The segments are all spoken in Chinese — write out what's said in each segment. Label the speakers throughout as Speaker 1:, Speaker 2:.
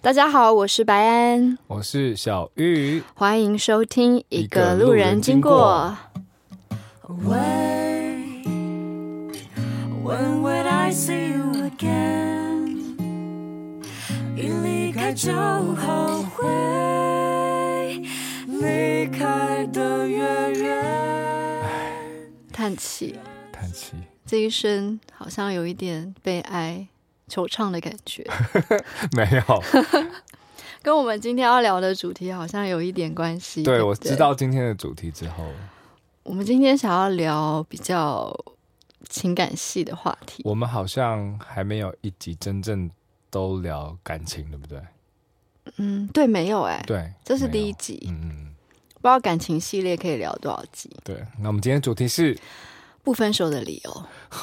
Speaker 1: 大家好，我是白安，
Speaker 2: 我是小玉。
Speaker 1: 欢迎收听一个
Speaker 2: 个
Speaker 1: 路
Speaker 2: 路
Speaker 1: 人
Speaker 2: 人
Speaker 1: 经
Speaker 2: 经
Speaker 1: 过
Speaker 2: 过。
Speaker 3: away. When would I see you again? 一离开就后悔，离开的越远。
Speaker 1: 叹气，
Speaker 2: 叹气，
Speaker 1: 这一生好像有一点悲哀、惆怅的感 觉，
Speaker 2: 没 有。
Speaker 1: 跟我们今天要聊的主题好像有一点关系。
Speaker 2: 对，
Speaker 1: 不
Speaker 2: 我知。道今天的主题之后，
Speaker 1: 我们今天想要聊比较情感系的话题，
Speaker 2: 我们好像还没有一集真正都聊感情，对不对？
Speaker 1: 嗯，对，没有哎、
Speaker 2: 对，
Speaker 1: 这是
Speaker 2: 没有
Speaker 1: 第一。集，
Speaker 2: 嗯嗯，嗯
Speaker 1: 不知道感情系列可以聊多少集？
Speaker 2: 对。那我们今天主 题是
Speaker 1: 不分手的理由，
Speaker 2: 不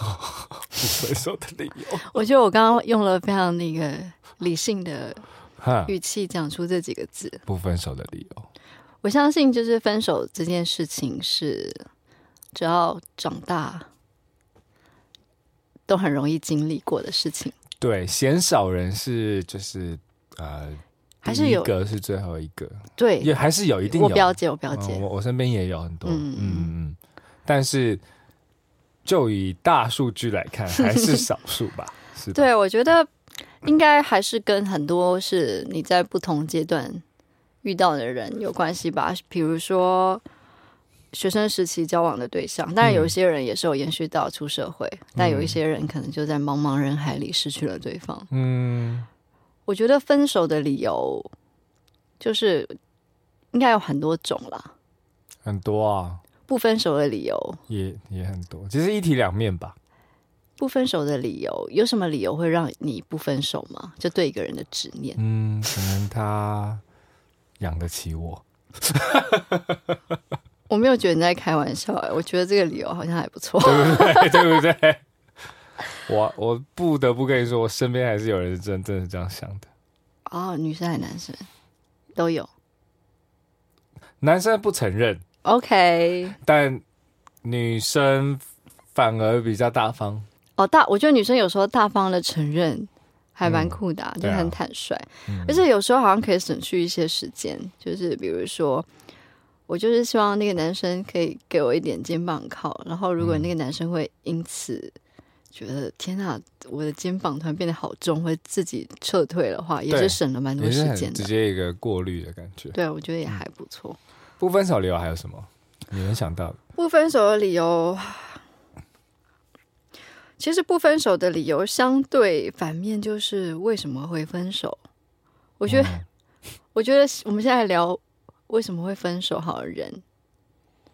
Speaker 2: 分手的理由。
Speaker 1: 我觉得我刚刚用了非常那个理性的
Speaker 2: 哈，
Speaker 1: 语气讲出这几个字。
Speaker 2: 不分手的理由。
Speaker 1: 我相信，就是分手这件事情是，只要长大，都很容易经历过的事情。
Speaker 2: 对，鲜少人是就是呃，
Speaker 1: 还是
Speaker 2: 第
Speaker 1: 有
Speaker 2: 一个是最后一个，也
Speaker 1: 对，
Speaker 2: 还是有一定有。
Speaker 1: 我表姐，我表
Speaker 2: 嗯
Speaker 1: 姐，
Speaker 2: 我我身边也有很多，
Speaker 1: 嗯
Speaker 2: 嗯
Speaker 1: 嗯
Speaker 2: 嗯嗯，但是就以大数据来看，还 是少数吧，是吧？
Speaker 1: 对我觉得应该还是跟很多是你在不同阶段遇到的人有关系吧。比如说学生时期交往的对象，当然
Speaker 2: 嗯
Speaker 1: 有一些人也是有延续到出社会，但有一些人可能就在茫茫人海里失去了对方。
Speaker 2: 嗯，
Speaker 1: 我觉得分手的理由就是应该有很多种啦，
Speaker 2: 很多啊，
Speaker 1: 不分手的理由，
Speaker 2: 也也很多，其实一体两面吧。
Speaker 1: 不分手的理由，有什么理由会让你不分手吗？就对一个人的执念，
Speaker 2: 嗯，可能他养得起我，
Speaker 1: 我没有觉得你在开玩笑、欸，我觉得这个理由好像还不 错。
Speaker 2: 对不对？对不对？我我不得不跟你说，我身边还是有人真真的是这样想的。
Speaker 1: 哦，女生还是男生都有。
Speaker 2: 男生不承认，
Speaker 1: OK，
Speaker 2: 但女生反而比较大方。
Speaker 1: 哦大，我觉得女生有时候大方的承认还蛮酷的、啊就
Speaker 2: 对啊
Speaker 1: 很坦率、
Speaker 2: 嗯
Speaker 1: 而且有时候好像可以省去一些时间，就是比如说。我就是希望那个男生可以给我一点肩膀靠，然后如果
Speaker 2: 嗯
Speaker 1: 那个男生会因此觉得、天啊，我的肩膀突然变得好重，会自己撤退的话，也是
Speaker 2: 对
Speaker 1: 省了蛮多
Speaker 2: 也
Speaker 1: 时
Speaker 2: 是很
Speaker 1: 间
Speaker 2: 直
Speaker 1: 的。
Speaker 2: 接嗯一个过滤的感觉。
Speaker 1: 对，我觉得也还不错。
Speaker 2: 不分手理由还有什么？你能想到的？
Speaker 1: 不分手的理由，其实不分手的理由相对反面就是为什么会分手。我
Speaker 2: 我
Speaker 1: 觉得，我觉得我们现在聊为什么会分手，好了人，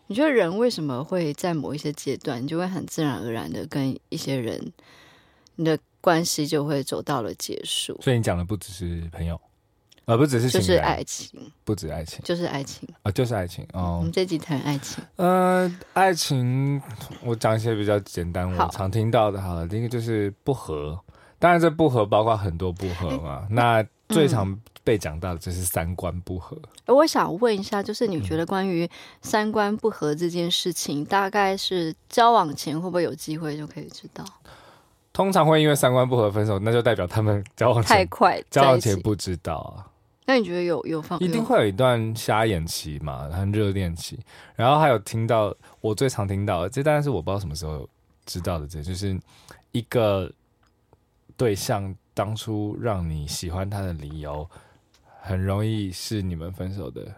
Speaker 1: 你觉得人为什么会在某一些阶段，你就会很自然而然的跟一些人，你的关系就会走到了结束，
Speaker 2: 所以你讲的不只是朋友，呃，不只是情
Speaker 1: 就是
Speaker 2: 人，
Speaker 1: 爱情，
Speaker 2: 不止爱情
Speaker 1: 就是爱情。
Speaker 2: 啊、就是爱情
Speaker 1: 我
Speaker 2: 哦
Speaker 1: 们。这集谈爱情，
Speaker 2: 呃，爱情，我讲一些比较简单，
Speaker 1: 好
Speaker 2: 我常听到的，好了，第一个就是不合，当然这不合包括很多不合嘛。
Speaker 1: 嗯
Speaker 2: 那最常被讲到的就是三观不合，
Speaker 1: 呃我想问一下，就是你觉得关于三观不合这件事情，大概是交往前会不会有机会就可以知道？
Speaker 2: 通常会因为三观不合分手，那就代表他们交往
Speaker 1: 太
Speaker 2: 前
Speaker 1: 快
Speaker 2: 交
Speaker 1: 在
Speaker 2: 往
Speaker 1: 一起
Speaker 2: 前？不知道啊。
Speaker 1: 那你觉得有有方
Speaker 2: 一定
Speaker 1: 有
Speaker 2: 会有一段瞎眼期嘛，很热恋期。然后还有听到我最常听到的，这当然是我不知道什么时候知道的，这就是一个对象当初让你喜欢他的理由，很容易是你们分手的理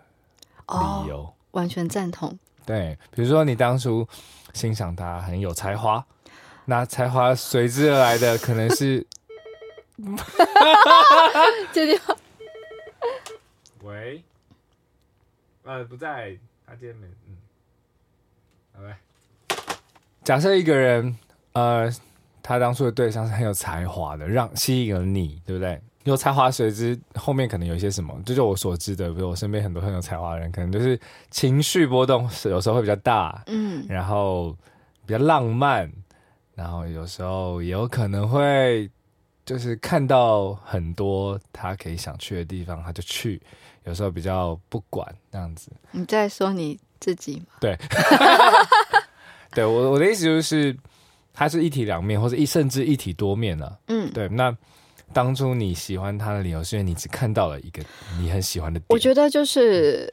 Speaker 1: 哦，
Speaker 2: 由。
Speaker 1: 完全赞同。
Speaker 2: 对，比如说你当初欣赏他很有才华，那才华随之而来的可能是
Speaker 1: 这句话
Speaker 2: 喂，呃，不在，他今天没，嗯，好嘞。假设一个人，呃，他当初的对象是很有才华的，让吸引了你，对不对？有才华随之后面可能有一些什么，这就我所知的，比如我身边很多很有才华的人，可能就是情绪波动是有时候会比较大，
Speaker 1: 嗯，
Speaker 2: 然后比较浪漫，然后有时候也有可能会就是看到很多他可以想去的地方，他就去，有时候比较不管这样子。
Speaker 1: 你在说你自己吗？
Speaker 2: 对我我的意思就是，它是一体两面，或者一甚至一体多面了、啊
Speaker 1: 嗯，
Speaker 2: 对，那当初你喜欢他的理由，是因为你只看到了一个你很喜欢的点。
Speaker 1: 我觉
Speaker 2: 得
Speaker 1: 得就是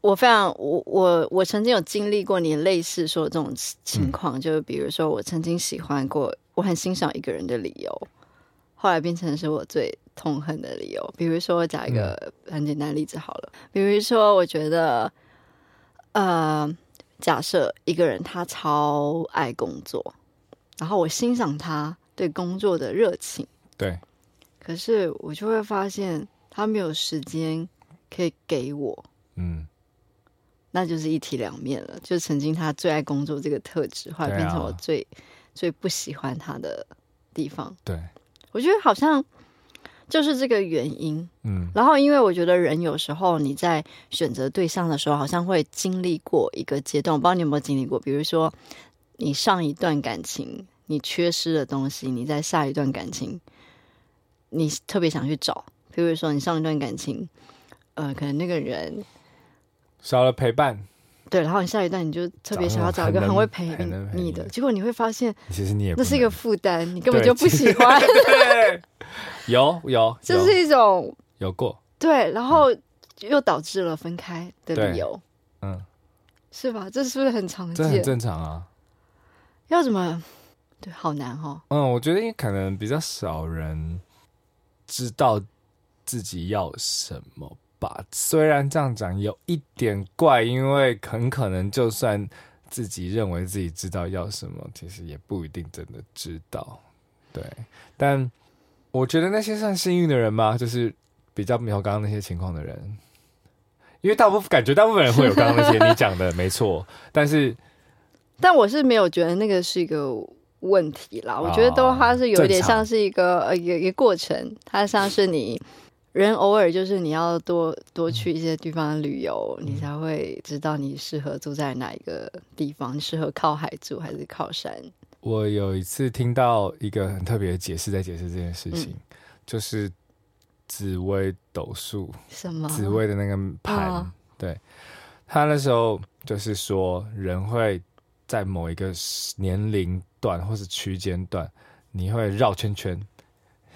Speaker 1: 我非常我我我曾经有经历过你类似说的这种情况，就是比如说我曾经喜欢过，我很欣赏一个人的理由，后来变成是我最痛恨的理由。比如说，我讲一个很简单的例子好了，比如说我觉得，呃，假设一个人他超爱工作，然后我欣赏他对工作的热情。
Speaker 2: 对，
Speaker 1: 可是我就会发现他没有时间可以给我，
Speaker 2: 嗯，
Speaker 1: 那就是一体两面了。就曾经他最爱工作这个特质，后来
Speaker 2: 对啊
Speaker 1: 变成我最、最不喜欢他的地方。
Speaker 2: 对，
Speaker 1: 我觉得好像就是这个原因。
Speaker 2: 嗯，
Speaker 1: 然后，因为我觉得人有时候你在选择对象的时候，好像会经历过一个阶段，我不知道你有没有经历过，比如说你上一段感情你缺失的东西，你在下一段感情你特别想去找，比如说你上一段感情，呃，可能那个人
Speaker 2: 少了陪伴，
Speaker 1: 对，然后你下一段你就特别想要找一个
Speaker 2: 找那
Speaker 1: 很
Speaker 2: 种
Speaker 1: 会
Speaker 2: 很
Speaker 1: 陪
Speaker 2: 能很能陪
Speaker 1: 你
Speaker 2: 你
Speaker 1: 的
Speaker 2: 的，
Speaker 1: 结果你会发现
Speaker 2: 其实你也不
Speaker 1: 那是一个
Speaker 2: 能
Speaker 1: 负担，你根本
Speaker 2: 对
Speaker 1: 就不
Speaker 2: 其
Speaker 1: 喜 欢，
Speaker 2: 对，有有
Speaker 1: 这
Speaker 2: 有
Speaker 1: 是一种
Speaker 2: 有过，
Speaker 1: 对，然后又导致了分开的理
Speaker 2: 对
Speaker 1: 由。
Speaker 2: 嗯，
Speaker 1: 是吧？这是不是很常
Speaker 2: 这很
Speaker 1: 见？
Speaker 2: 正常啊。
Speaker 1: 要怎么？对，好难哦。
Speaker 2: 嗯，我觉得可能比较少人知道自己要什么吧。虽然这样讲有一点怪，因为很可能就算自己认为自己知道要什么，其实也不一定真的知道。对，但我觉得那些算幸运的人吗？就是比较没有刚刚那些情况的人，因为大部分感觉大部分人会有刚刚那些你讲的没错，但是
Speaker 1: 但我是没有觉得那个是一个问题啦。我觉得
Speaker 2: 哦
Speaker 1: 都它是有点像是一个呃一个一个过程，它像是你人偶尔就是你要多多去一些地方旅游，
Speaker 2: 嗯
Speaker 1: 你才会知道你适合住在哪一个地方，你适合靠海住还是靠山。
Speaker 2: 我有一次听到一个很特别的解释，在解释这件事情，就是紫薇斗数，
Speaker 1: 什么？
Speaker 2: 紫薇的那个盘，
Speaker 1: 啊
Speaker 2: 对他那时候就是说，人会在某一个年龄段或是区间段，你会绕圈圈，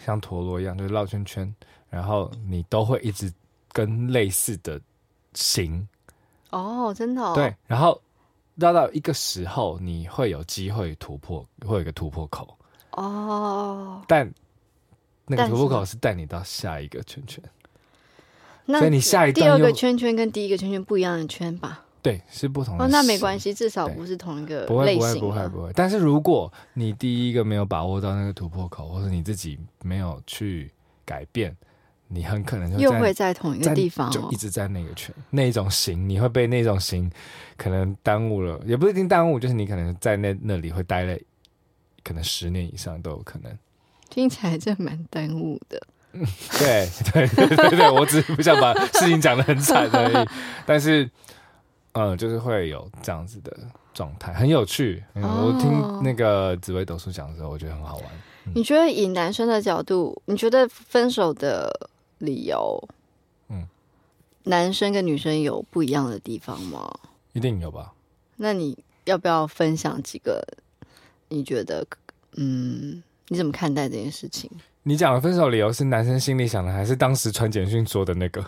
Speaker 2: 像陀螺一样，就是绕圈圈，然后你都会一直跟类似的形
Speaker 1: 哦，真的、哦。
Speaker 2: 对，然后绕到一个时候，你会有机会突破，会有一个突破口，
Speaker 1: 哦，
Speaker 2: 但那
Speaker 1: 但
Speaker 2: 个
Speaker 1: 是
Speaker 2: 突破口是带你到下一个圈圈，
Speaker 1: 那
Speaker 2: 所以你下一
Speaker 1: 第
Speaker 2: 段
Speaker 1: 二个
Speaker 2: 又
Speaker 1: 圈圈跟第一个圈圈不一样的圈吧？
Speaker 2: 对是不同的
Speaker 1: 哦，
Speaker 2: 事。
Speaker 1: 那没关
Speaker 2: 系，
Speaker 1: 系，至少
Speaker 2: 对
Speaker 1: 不是同一个
Speaker 2: 不会
Speaker 1: 类
Speaker 2: 不会
Speaker 1: 型啊
Speaker 2: 不会
Speaker 1: 了
Speaker 2: 不会。但是如果你第一个没有把握到那个突破口，或者你自己没有去改变，你很可能就
Speaker 1: 又
Speaker 2: 在
Speaker 1: 会在同一个
Speaker 2: 在
Speaker 1: 地方、
Speaker 2: 就
Speaker 1: 哦
Speaker 2: 一，直在那个圈那一种型，你会被那种型可能耽误了，也不一定耽误，就是你可能在那那里会待了可能十年以上都有可能。
Speaker 1: 听起来真蛮耽误的。
Speaker 2: 对对对对对，我只是不想把事情讲得很惨而已。 但是，嗯，就是会有这样子的状态，很有趣。嗯
Speaker 1: 哦
Speaker 2: 我听那个紫薇斗数讲的时候，我觉得很好玩。
Speaker 1: 你觉得以男生的角度，你觉得分手的理由，
Speaker 2: 嗯，
Speaker 1: 男生跟女生有不一样的地方吗？
Speaker 2: 一定有吧？
Speaker 1: 那你要不要分享几个？你觉得，嗯，你怎么看待这件事情？
Speaker 2: 你讲的分手理由是男生心里想的，还是当时传简讯说的那个？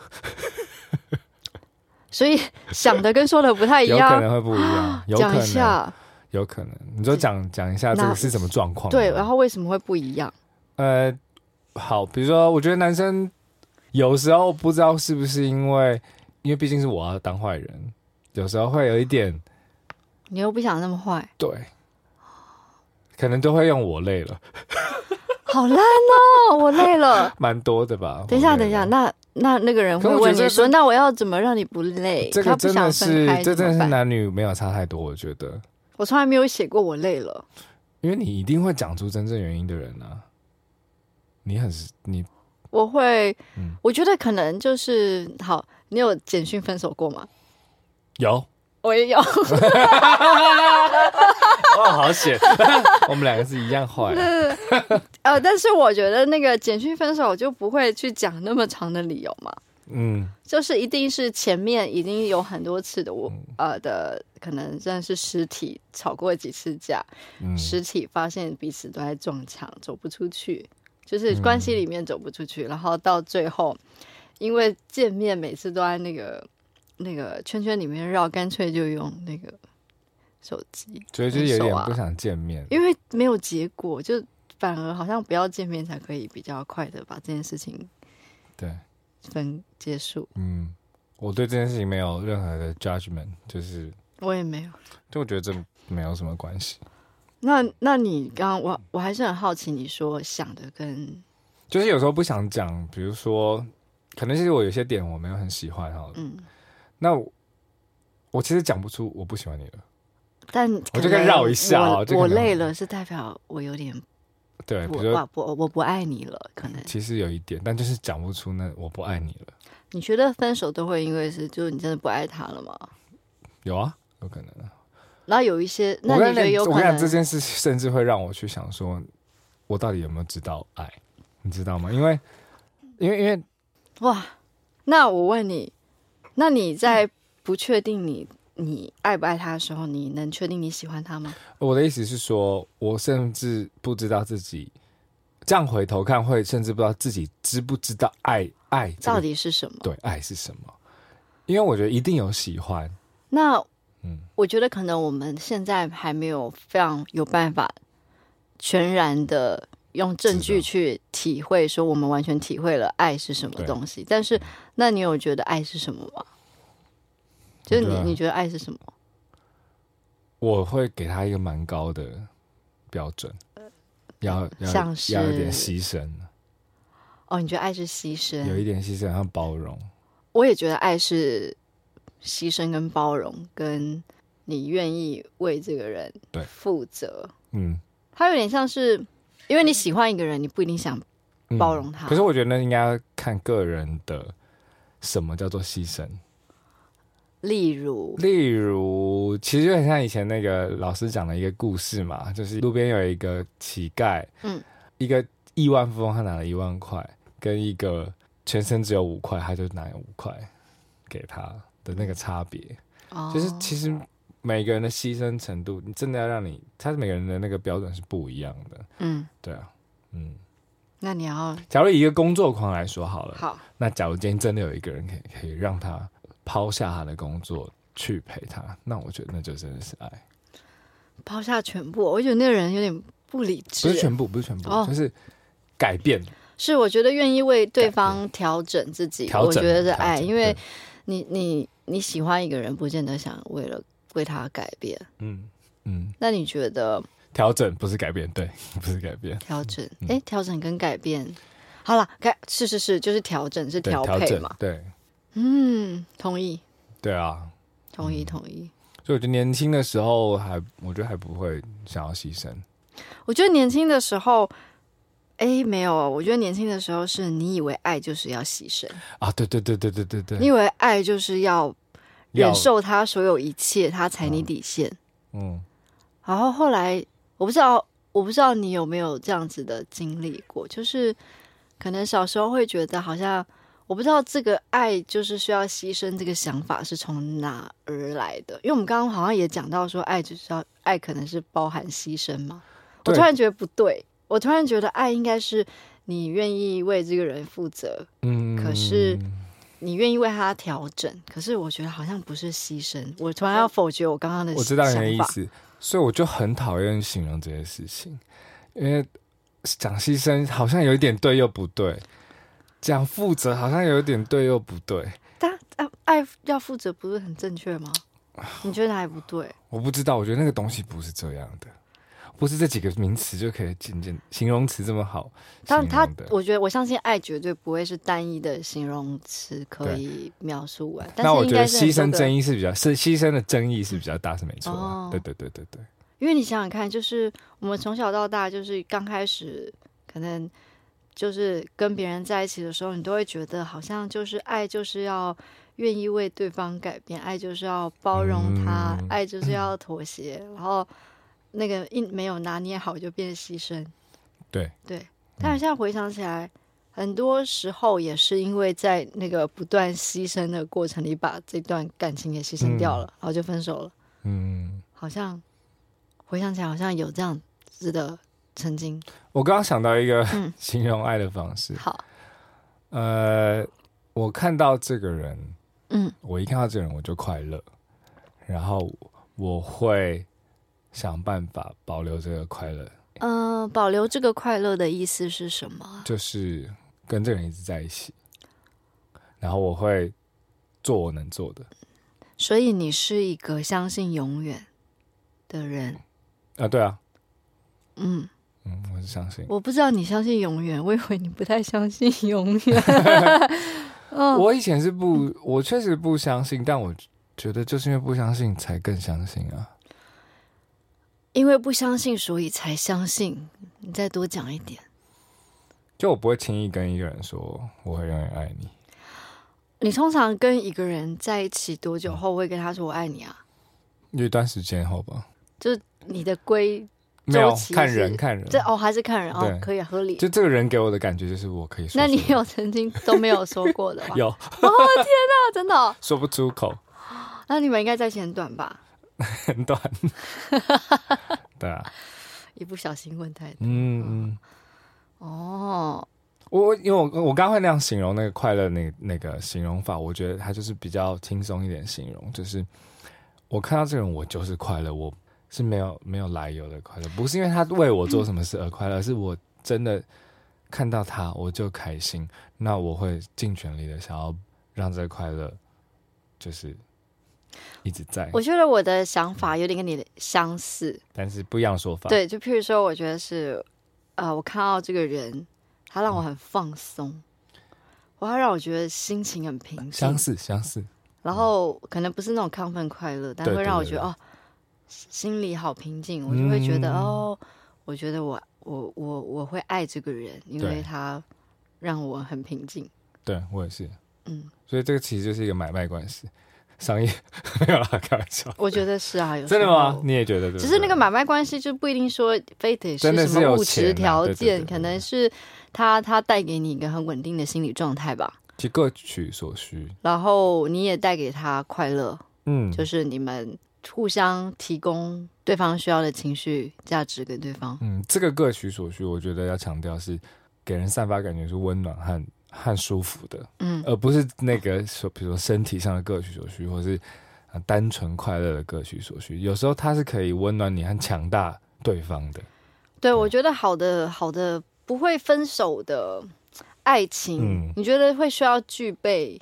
Speaker 1: 所 以想的跟说的不太一
Speaker 2: 有可
Speaker 1: 样，
Speaker 2: 能会不一样，有
Speaker 1: 哎 讲
Speaker 2: 可
Speaker 1: 一
Speaker 2: 能，
Speaker 1: 下，
Speaker 2: 有可能。你就讲讲一下这
Speaker 1: 那
Speaker 2: 个是什么状况？
Speaker 1: 对，然后为什么会不一样？
Speaker 2: 呃，好，比如说，我觉得男生有时候不知道是不是因为，因为毕竟是我要当坏人，有时候会有一点
Speaker 1: 你又不想那么坏，
Speaker 2: 对，可能都会用我累了，
Speaker 1: 好烂哦！我累了。
Speaker 2: 蛮多的吧。
Speaker 1: 等一下，
Speaker 2: 我累
Speaker 1: 等
Speaker 2: 了
Speaker 1: 一下，。那那那个人
Speaker 2: 可
Speaker 1: 会
Speaker 2: 我觉
Speaker 1: 问
Speaker 2: 得这
Speaker 1: 你
Speaker 2: 个
Speaker 1: 说，那我要怎么让你不累？
Speaker 2: 这
Speaker 1: 他
Speaker 2: 个
Speaker 1: 不
Speaker 2: 真的
Speaker 1: 想分
Speaker 2: 是
Speaker 1: 开，
Speaker 2: 这
Speaker 1: 怎
Speaker 2: 真
Speaker 1: 么
Speaker 2: 的是
Speaker 1: 办？
Speaker 2: 男女没有差太多，我觉得，
Speaker 1: 我从来没有写过我累了，
Speaker 2: 因为你一定会讲出真正原因的人啊，你很你
Speaker 1: 我会，
Speaker 2: 嗯
Speaker 1: 我觉得可能就是好，你有简讯分手过吗？
Speaker 2: 有哎
Speaker 1: 我也有，
Speaker 2: 哦，好险，我们两个是一样坏、
Speaker 1: 呃，但是我觉得那个简讯分手就不会去讲那么长的理由嘛，
Speaker 2: 嗯，
Speaker 1: 就是一定是前面已经有很多次的我
Speaker 2: 嗯
Speaker 1: 呃的，可能真的是实体吵过几次架，
Speaker 2: 嗯
Speaker 1: 实体发现彼此都在撞墙，走不出去，就是
Speaker 2: 嗯
Speaker 1: 关系里面走不出去，然后到最后，因为见面每次都在那个那个圈圈里面绕，干脆就用那个手机，
Speaker 2: 所以就是有
Speaker 1: 分
Speaker 2: 点
Speaker 1: 手啊
Speaker 2: 不想见面。
Speaker 1: 因为没有结果，就反而好像不要见面才可以比较快的把这件事情
Speaker 2: 对，
Speaker 1: 分结束。
Speaker 2: 嗯，我对这件事情没有任何的 judgment，就是
Speaker 1: 我也没有。
Speaker 2: 就我觉得这没有什么关系。
Speaker 1: 那那你刚刚我我还是很好奇，你说想的跟
Speaker 2: 就是有时候不想讲，比如说，可能其实我有些点我没有很喜欢哈，
Speaker 1: 嗯，
Speaker 2: 那我我其实讲不出我不喜欢你了，
Speaker 1: 但
Speaker 2: 我
Speaker 1: 可
Speaker 2: 就跟
Speaker 1: 能
Speaker 2: 绕一下哦
Speaker 1: 我
Speaker 2: 就可
Speaker 1: 我
Speaker 2: 能
Speaker 1: 累了是代表我有点
Speaker 2: 对，比
Speaker 1: 我
Speaker 2: 如说
Speaker 1: 我不我不爱你了，可能
Speaker 2: 其实有一点，但就是讲不出那我不爱你了，
Speaker 1: 你觉得分手都会因为是就是你真的不爱他了吗？
Speaker 2: 有啊，有可能啊。
Speaker 1: 然后有一些，那
Speaker 2: 我
Speaker 1: 你
Speaker 2: 跟
Speaker 1: 觉得
Speaker 2: 你
Speaker 1: 有
Speaker 2: 讲，我
Speaker 1: 可
Speaker 2: 跟你讲这
Speaker 1: 能？
Speaker 2: 件事，甚至会让我去想说，我到底有没有知道爱，你知道吗？因为因为因为
Speaker 1: 哇，那我问你，那你在
Speaker 2: 嗯
Speaker 1: 不确定你你爱不爱他的时候，你能确定你喜欢他吗？
Speaker 2: 我的意思是说，我甚至不知道自己这样回头看，会甚至不知道自己知不知道爱爱、这个
Speaker 1: 到底是什么？
Speaker 2: 对爱是什么，因为我觉得一定有喜欢，
Speaker 1: 那
Speaker 2: 嗯，
Speaker 1: 我觉得可能我们现在还没有非常有办法全然的用证
Speaker 2: 知
Speaker 1: 据
Speaker 2: 道
Speaker 1: 去体会，说我们完全体会了爱是什么
Speaker 2: 对嗯
Speaker 1: 东西。但是，那你有觉得爱是什么吗？就是
Speaker 2: 我觉得
Speaker 1: 你你觉得爱是什么？
Speaker 2: 我会给他一个蛮高的标准，要要
Speaker 1: 像是
Speaker 2: 要有点牺牲，
Speaker 1: 哦，你觉得爱是牺
Speaker 2: 有
Speaker 1: 牲？
Speaker 2: 一点牺牲和包容，
Speaker 1: 我也觉得爱是牺牲跟包容，跟你愿意为这个人
Speaker 2: 对
Speaker 1: 负责。
Speaker 2: 嗯，
Speaker 1: 它有点像是，因为你喜欢一个人，你不一定想
Speaker 2: 嗯
Speaker 1: 包容他
Speaker 2: 可是我觉得应该要看个人的什么叫做牺牲。
Speaker 1: 例如，
Speaker 2: 例如，其实就很像以前那个老师讲的一个故事嘛，就是路边有一个乞丐，
Speaker 1: 嗯，
Speaker 2: 一个亿万富翁他拿了一万块，跟一个全身只有五块，他就拿五块给他的那个差别，
Speaker 1: 哦
Speaker 2: 就是其实每个人的牺牲程度，你真的要让你，他每个人的那个标准是不一样的，
Speaker 1: 嗯，
Speaker 2: 对啊，嗯，
Speaker 1: 那你要
Speaker 2: 假如以一个工作狂来说好了，
Speaker 1: 好，
Speaker 2: 那假如今天真的有一个人可以可以让他抛下他的工作去陪他，那我觉得那就真的是爱。
Speaker 1: 抛下全部，我觉得那个人有点不理智。
Speaker 2: 不是全部，不是全部，
Speaker 1: 哦
Speaker 2: 就是改变
Speaker 1: 是我觉得愿意为对方调整自己，
Speaker 2: 调整。
Speaker 1: 我觉得是爱，
Speaker 2: 调整
Speaker 1: 因为
Speaker 2: 对
Speaker 1: 你你你喜欢一个人，不见得想为了为他改变。
Speaker 2: 嗯嗯，
Speaker 1: 那你觉得
Speaker 2: 调整不是改变，对， 不是改变，
Speaker 1: 调整？
Speaker 2: 嗯
Speaker 1: 哎、调整跟改变，好了，改是是是，就是调整是
Speaker 2: 对，
Speaker 1: 调
Speaker 2: 调
Speaker 1: 配
Speaker 2: 整
Speaker 1: 嘛。，
Speaker 2: 对
Speaker 1: 嗯，同意，
Speaker 2: 对啊。
Speaker 1: 同意，同意。
Speaker 2: 所以我觉得年轻的时候还，我觉得还不会想要牺牲。
Speaker 1: 我觉得年轻的时候，哎，没有，我觉得年轻的时候是你以为爱就是要牺牲，
Speaker 2: 啊，对对对对对对对，
Speaker 1: 你以为爱就是要忍
Speaker 2: 要
Speaker 1: 受他所有一切，他踩你底线。
Speaker 2: 嗯，
Speaker 1: 然后后来，我不知道，我不知道你有没有这样子的经历过，就是可能小时候会觉得好像，我不知道这个爱就是需要牺牲这个想法是从哪而来的，因为我们刚刚好像也讲到说，爱就是要爱可能是包含牺牲嘛。我
Speaker 2: 对
Speaker 1: 突然觉得不对，我突然觉得爱应该是你愿意为这个人负责，
Speaker 2: 嗯，
Speaker 1: 可是你愿意为他调整，可是我觉得好像不是牺牲。我突然要否决我刚刚的
Speaker 2: 我知道你的
Speaker 1: 想
Speaker 2: 意
Speaker 1: 法。
Speaker 2: 思，所以我就很讨厌形容这些事情，因为讲牺牲好像有一点对又不对，讲负责好像有一点对又不对，
Speaker 1: 但爱爱要负责不是很正确吗？你觉得哪里不对？
Speaker 2: 我不知道，我觉得那个东西不是这样的，不是这几个名词就可以简简形容词这么好形
Speaker 1: 但
Speaker 2: 容
Speaker 1: 他
Speaker 2: 的，。
Speaker 1: 我觉得我相信爱绝对不会是单一的形容词可以描述完。但
Speaker 2: 那我
Speaker 1: 是应
Speaker 2: 觉得
Speaker 1: 该是
Speaker 2: 牺牲
Speaker 1: 很多个
Speaker 2: 争议是比较是牺牲的争议是比较大，是没错
Speaker 1: 哦
Speaker 2: 的。对对对对对，
Speaker 1: 因为你想想看，就是我们从小到大，就是刚开始可能就是跟别人在一起的时候，你都会觉得好像就是爱就是要愿意为对方改变，爱就是要包容他，
Speaker 2: 嗯
Speaker 1: 爱就是要妥协，然后那个一没有拿捏好就变牺牲。
Speaker 2: 对
Speaker 1: 对，但是现在回想起来。很多时候也是因为在那个不断牺牲的过程里，把这段感情给牺牲掉了，然后就分手了。
Speaker 2: 嗯，
Speaker 1: 好像回想起来，好像有这样子的曾经
Speaker 2: 我刚刚想到一个
Speaker 1: 嗯
Speaker 2: 形容爱的方式，
Speaker 1: 好，
Speaker 2: 呃，我看到这个人，
Speaker 1: 嗯
Speaker 2: 我一看到这个人我就快乐，然后我会想办法保留这个快乐，
Speaker 1: 嗯、呃保留这个快乐的意思是什么啊？
Speaker 2: 就是跟这个人一直在一起，然后我会做我能做的。
Speaker 1: 所以你是一个相信永远的人。
Speaker 2: 啊，对啊，
Speaker 1: 嗯，
Speaker 2: 嗯，我是相信。
Speaker 1: 我不知道你相信永远，我以为你不太相信永远。嗯，
Speaker 2: 我以前是不，我确实不相信，但我觉得就是因为不相信，才更相信啊。
Speaker 1: 因为不相信，所以才相信。你再多讲一点。
Speaker 2: 就我不会轻易跟一个人说我会永远爱你，
Speaker 1: 你通常跟一个人在一起多久后会跟他说“我爱你”啊？
Speaker 2: 有一段时间后吧。
Speaker 1: 你的归
Speaker 2: 没有
Speaker 1: 周期是
Speaker 2: 看人，看人。
Speaker 1: 这哦，还是看人哦
Speaker 2: 对，
Speaker 1: 可以合理。
Speaker 2: 就这个人给我的感觉就是我可以说出来。
Speaker 1: 那你有曾经都没有说过的吗？
Speaker 2: 有
Speaker 1: 啊，真的哦、
Speaker 2: 说不出口，
Speaker 1: 那你们应该在一起很短吧？
Speaker 2: 很短。对啊，
Speaker 1: 一不小心问太多
Speaker 2: 嗯嗯。
Speaker 1: 哦，
Speaker 2: 我我因为我我刚刚会那样形容那个快乐那那个形容法，我觉得它就是比较轻松一点形容，就是我看到这个人，我就是快乐，我是没有没有来由的快乐，不是因为他为我做什么事而快乐，是我真的看到他我就开心，那我会尽全力的想要让这个快乐就是一直在，
Speaker 1: 我觉得我的想法有点跟你的相似。
Speaker 2: 但是不一样的说法，，
Speaker 1: 对，就譬如说，我觉得是，呃，我看到这个人，他让我很放松，我要让我觉得心情很平
Speaker 2: 相
Speaker 1: 静，
Speaker 2: 似相似，
Speaker 1: 然后可能不是那种亢奋快乐，但
Speaker 2: 对
Speaker 1: 会
Speaker 2: 对
Speaker 1: 让我
Speaker 2: 对
Speaker 1: 觉得
Speaker 2: 对
Speaker 1: 哦，心里好平静，我就会觉得、
Speaker 2: 嗯
Speaker 1: 哦，我觉得我我我我会爱这个人，因
Speaker 2: 对
Speaker 1: 为他让我很平静。
Speaker 2: 对我也是，
Speaker 1: 嗯，
Speaker 2: 所以这个其实就是一个买卖关系，商业没有啦，开玩笑。
Speaker 1: 我觉得是啊，有
Speaker 2: 真的
Speaker 1: 时
Speaker 2: 吗
Speaker 1: 候？
Speaker 2: 你也觉得对不对？
Speaker 1: 只是那个买卖关系就不一定说非得
Speaker 2: 真的
Speaker 1: 什
Speaker 2: 是
Speaker 1: 么
Speaker 2: 有
Speaker 1: 物
Speaker 2: 钱啊
Speaker 1: 质条
Speaker 2: 对对
Speaker 1: 件，
Speaker 2: 对对
Speaker 1: 可能是他他带给你一个很稳定的心理状态吧，
Speaker 2: 其实各取所需，
Speaker 1: 然后你也带给他快乐，
Speaker 2: 嗯，
Speaker 1: 就是你们互相提供对方需要的情绪价值给对方。
Speaker 2: 嗯，这个各取所需，我觉得要强调是给人散发感觉是温暖和和舒服的，
Speaker 1: 嗯，
Speaker 2: 而不是那个说，比如说身体上的各取所需，或是呃单纯快乐的各取所需。有时候它是可以温暖你和强大对方的，
Speaker 1: 对，我觉得好的好的不会分手的爱情，
Speaker 2: 嗯
Speaker 1: 你觉得会需要具备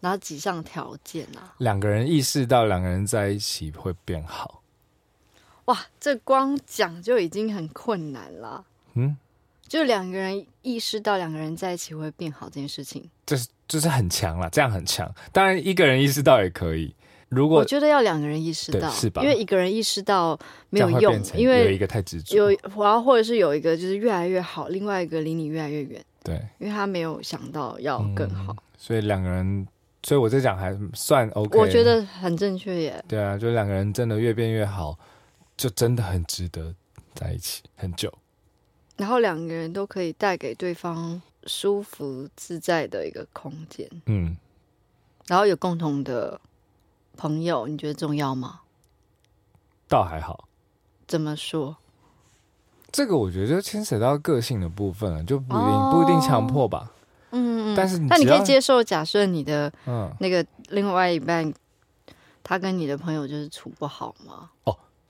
Speaker 1: 哪几项条件啊？
Speaker 2: 两个人意识到两个人在一起会变好。
Speaker 1: 哇，这光讲就已经很困难了。
Speaker 2: 嗯，
Speaker 1: 就两个人意识到两个人在一起会变好这件事情，
Speaker 2: 就是就是很强啦，这样很强。当然，一个人意识到也可以。如
Speaker 1: 我
Speaker 2: 果
Speaker 1: 觉得要两个人意识
Speaker 2: 对
Speaker 1: 到，
Speaker 2: 是吧
Speaker 1: 因为一个人意识到
Speaker 2: 这
Speaker 1: 没有
Speaker 2: 样会
Speaker 1: 用
Speaker 2: 变，成
Speaker 1: 因
Speaker 2: 有一
Speaker 1: 为
Speaker 2: 个太执着，
Speaker 1: 有，然后或者是有一个就是越来越好，另外一个离你越来越远，
Speaker 2: 对。
Speaker 1: 因为他没有想到要哦更好。
Speaker 2: 所以两个人，所以我这讲还算嗯 OK。
Speaker 1: 我觉得很正确耶。
Speaker 2: 对啊，就两个人真的越变越好，就真的很值得在一起很久。
Speaker 1: 然后两个人都可以带给对方舒服自在的一个空间，
Speaker 2: 嗯，
Speaker 1: 然后有共同的朋友，你觉得重要吗？
Speaker 2: 倒还好。
Speaker 1: 怎么说？
Speaker 2: 这个我觉得就牵扯到个性的部分了，就不一定、
Speaker 1: 哦
Speaker 2: 不一定强迫吧。
Speaker 1: 嗯，嗯嗯
Speaker 2: 但是你
Speaker 1: 那你
Speaker 2: 只
Speaker 1: 可以
Speaker 2: 要
Speaker 1: 接受，假设你的
Speaker 2: 嗯，
Speaker 1: 那个另外一半，他跟你的朋友就是处不好吗？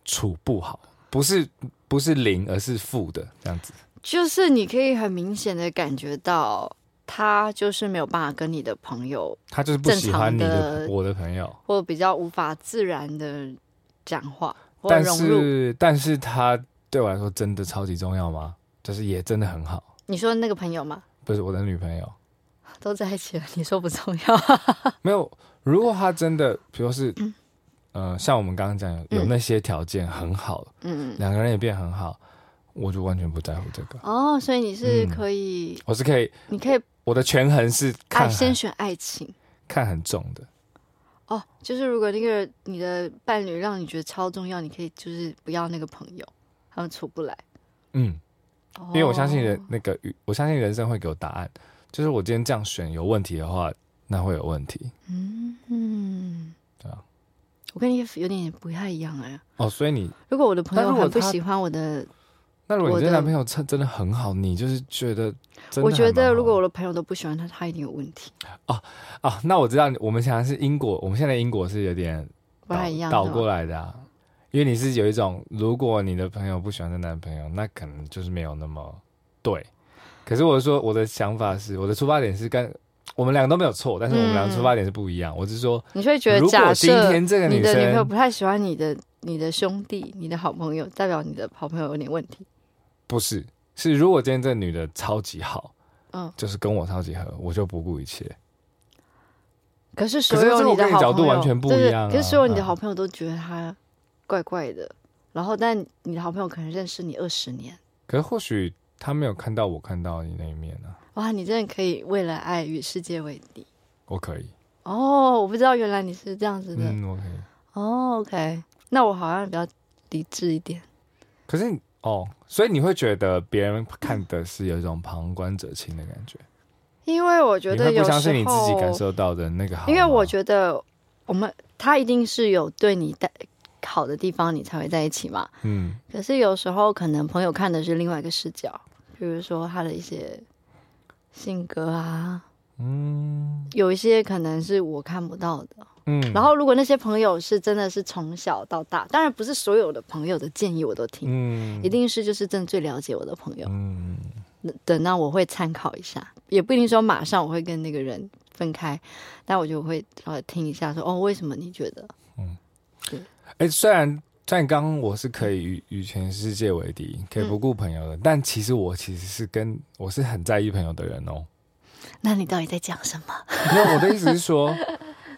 Speaker 2: 处不好，不是不是零，而是负的这样子。
Speaker 1: 就是你可以很明显的感觉到，他就是没有办法跟你的朋友，
Speaker 2: 他就是不喜欢你
Speaker 1: 正常
Speaker 2: 的
Speaker 1: 的
Speaker 2: 我的朋友，
Speaker 1: 或比较无法自然的讲话或
Speaker 2: 但
Speaker 1: 融入。
Speaker 2: 是但是他对我来说真的超级重要吗？就是也真的很好，
Speaker 1: 你说那个朋友嘛，
Speaker 2: 不是我的女朋友。
Speaker 1: 都在一起了，你说不重要？
Speaker 2: 没有，如果他真的，比如是，呃，像我们刚刚讲有有
Speaker 1: 嗯
Speaker 2: 那些条件很好，
Speaker 1: 嗯，
Speaker 2: 两个人也变很好，我就完全不在乎这个。
Speaker 1: 哦，所以你是
Speaker 2: 嗯
Speaker 1: 可以，
Speaker 2: 我是可以，
Speaker 1: 你可以
Speaker 2: 我的权衡是
Speaker 1: 爱
Speaker 2: 看
Speaker 1: 啊先
Speaker 2: 很
Speaker 1: 选爱情。
Speaker 2: 看很重的，嗯
Speaker 1: 哦，就是如果那个你的伴侣让你觉得超重要，你可以就是不要那个朋友，他们处不来。
Speaker 2: 嗯，因为我相信
Speaker 1: 哦
Speaker 2: 人那个，我相信人生会给我答案。就是我今天这样选有问题的话，那会有问题
Speaker 1: 嗯，
Speaker 2: 对啊。
Speaker 1: 我跟你有点不太一样哎、
Speaker 2: 哦。所以你，
Speaker 1: 如果我的朋
Speaker 2: 但
Speaker 1: 友
Speaker 2: 如果
Speaker 1: 很不
Speaker 2: 他
Speaker 1: 喜欢我的
Speaker 2: 那如果
Speaker 1: 我
Speaker 2: 你这
Speaker 1: 的
Speaker 2: 男朋友真真的很好，你就是觉得真的还蛮好的，
Speaker 1: 我觉得如果我的朋友都不喜欢他，他一定有问题，
Speaker 2: 啊，那我知道，我们想的是英国，我们现在英国是有点
Speaker 1: 不太一样。
Speaker 2: 倒
Speaker 1: 对吧
Speaker 2: 过来的啊，因为你是有一种，如果你的朋友不喜欢这男朋友，那可能就是没有那么对。可是我是说，我的想法是，我的出发点是跟我们两个都没有错，但是我们两
Speaker 1: 嗯
Speaker 2: 个出发点是不一样。我是说，
Speaker 1: 你就会觉得，
Speaker 2: 如
Speaker 1: 假
Speaker 2: 果今
Speaker 1: 设
Speaker 2: 天这个
Speaker 1: 你
Speaker 2: 女
Speaker 1: 的女朋友
Speaker 2: 生
Speaker 1: 不太喜欢你的你的兄弟、你的好朋友，代表你的好朋友有点问题。
Speaker 2: 不是，是如果今天这女的超级好，
Speaker 1: 嗯，
Speaker 2: 就是跟我超级合，我就不顾一切。
Speaker 1: 可是
Speaker 2: 可
Speaker 1: 所
Speaker 2: 是这
Speaker 1: 有
Speaker 2: 我
Speaker 1: 的
Speaker 2: 跟你
Speaker 1: 好朋友，
Speaker 2: 角度完全不一样啊
Speaker 1: 对对可是所有你的
Speaker 2: 嗯
Speaker 1: 好朋友都觉得他怪怪的，然后但你的好朋友可能认识你二十年，
Speaker 2: 可是或许她没有看到我看到你那一面呢、啊，
Speaker 1: 哇，你真的可以为了爱与世界为敌。
Speaker 2: 我可以，
Speaker 1: 哦，我不知道原来你是这样子的。
Speaker 2: 嗯，我可以。
Speaker 1: 哦，OK，那我好像比较理智一点。
Speaker 2: 可是你哦，所以你会觉得别人看的是有一种旁观者清的感觉，
Speaker 1: 因为我觉
Speaker 2: 你
Speaker 1: 得
Speaker 2: 会
Speaker 1: 有
Speaker 2: 不相
Speaker 1: 时
Speaker 2: 信
Speaker 1: 候，
Speaker 2: 你自己感受到的那个好吗。
Speaker 1: 因为我觉得我们他一定是有对你带好的地方，你才会在一起嘛。
Speaker 2: 嗯，
Speaker 1: 可是有时候可能朋友看的是另外一个视角，比如说他的一些性格啊，嗯，有一些可能是我看不到的。
Speaker 2: 嗯
Speaker 1: 然后如果那些朋友是真的是从小到大，当然不是所有的朋友的建议我都听，
Speaker 2: 嗯
Speaker 1: 一定是就是真的最了解我的朋友。
Speaker 2: 嗯，
Speaker 1: 等到我会参考一下，也不一定说马上我会跟那个人分开，但我就会稍微听一下说，哦，为什么你觉得？
Speaker 2: 哎、虽然虽然刚刚我是可以与与全世界为敌，可以
Speaker 1: 嗯
Speaker 2: 不顾朋友的，但其实我其实是跟我是很在意朋友的人哦。
Speaker 1: 那你到底在讲什么？
Speaker 2: 没有，我的意思是说，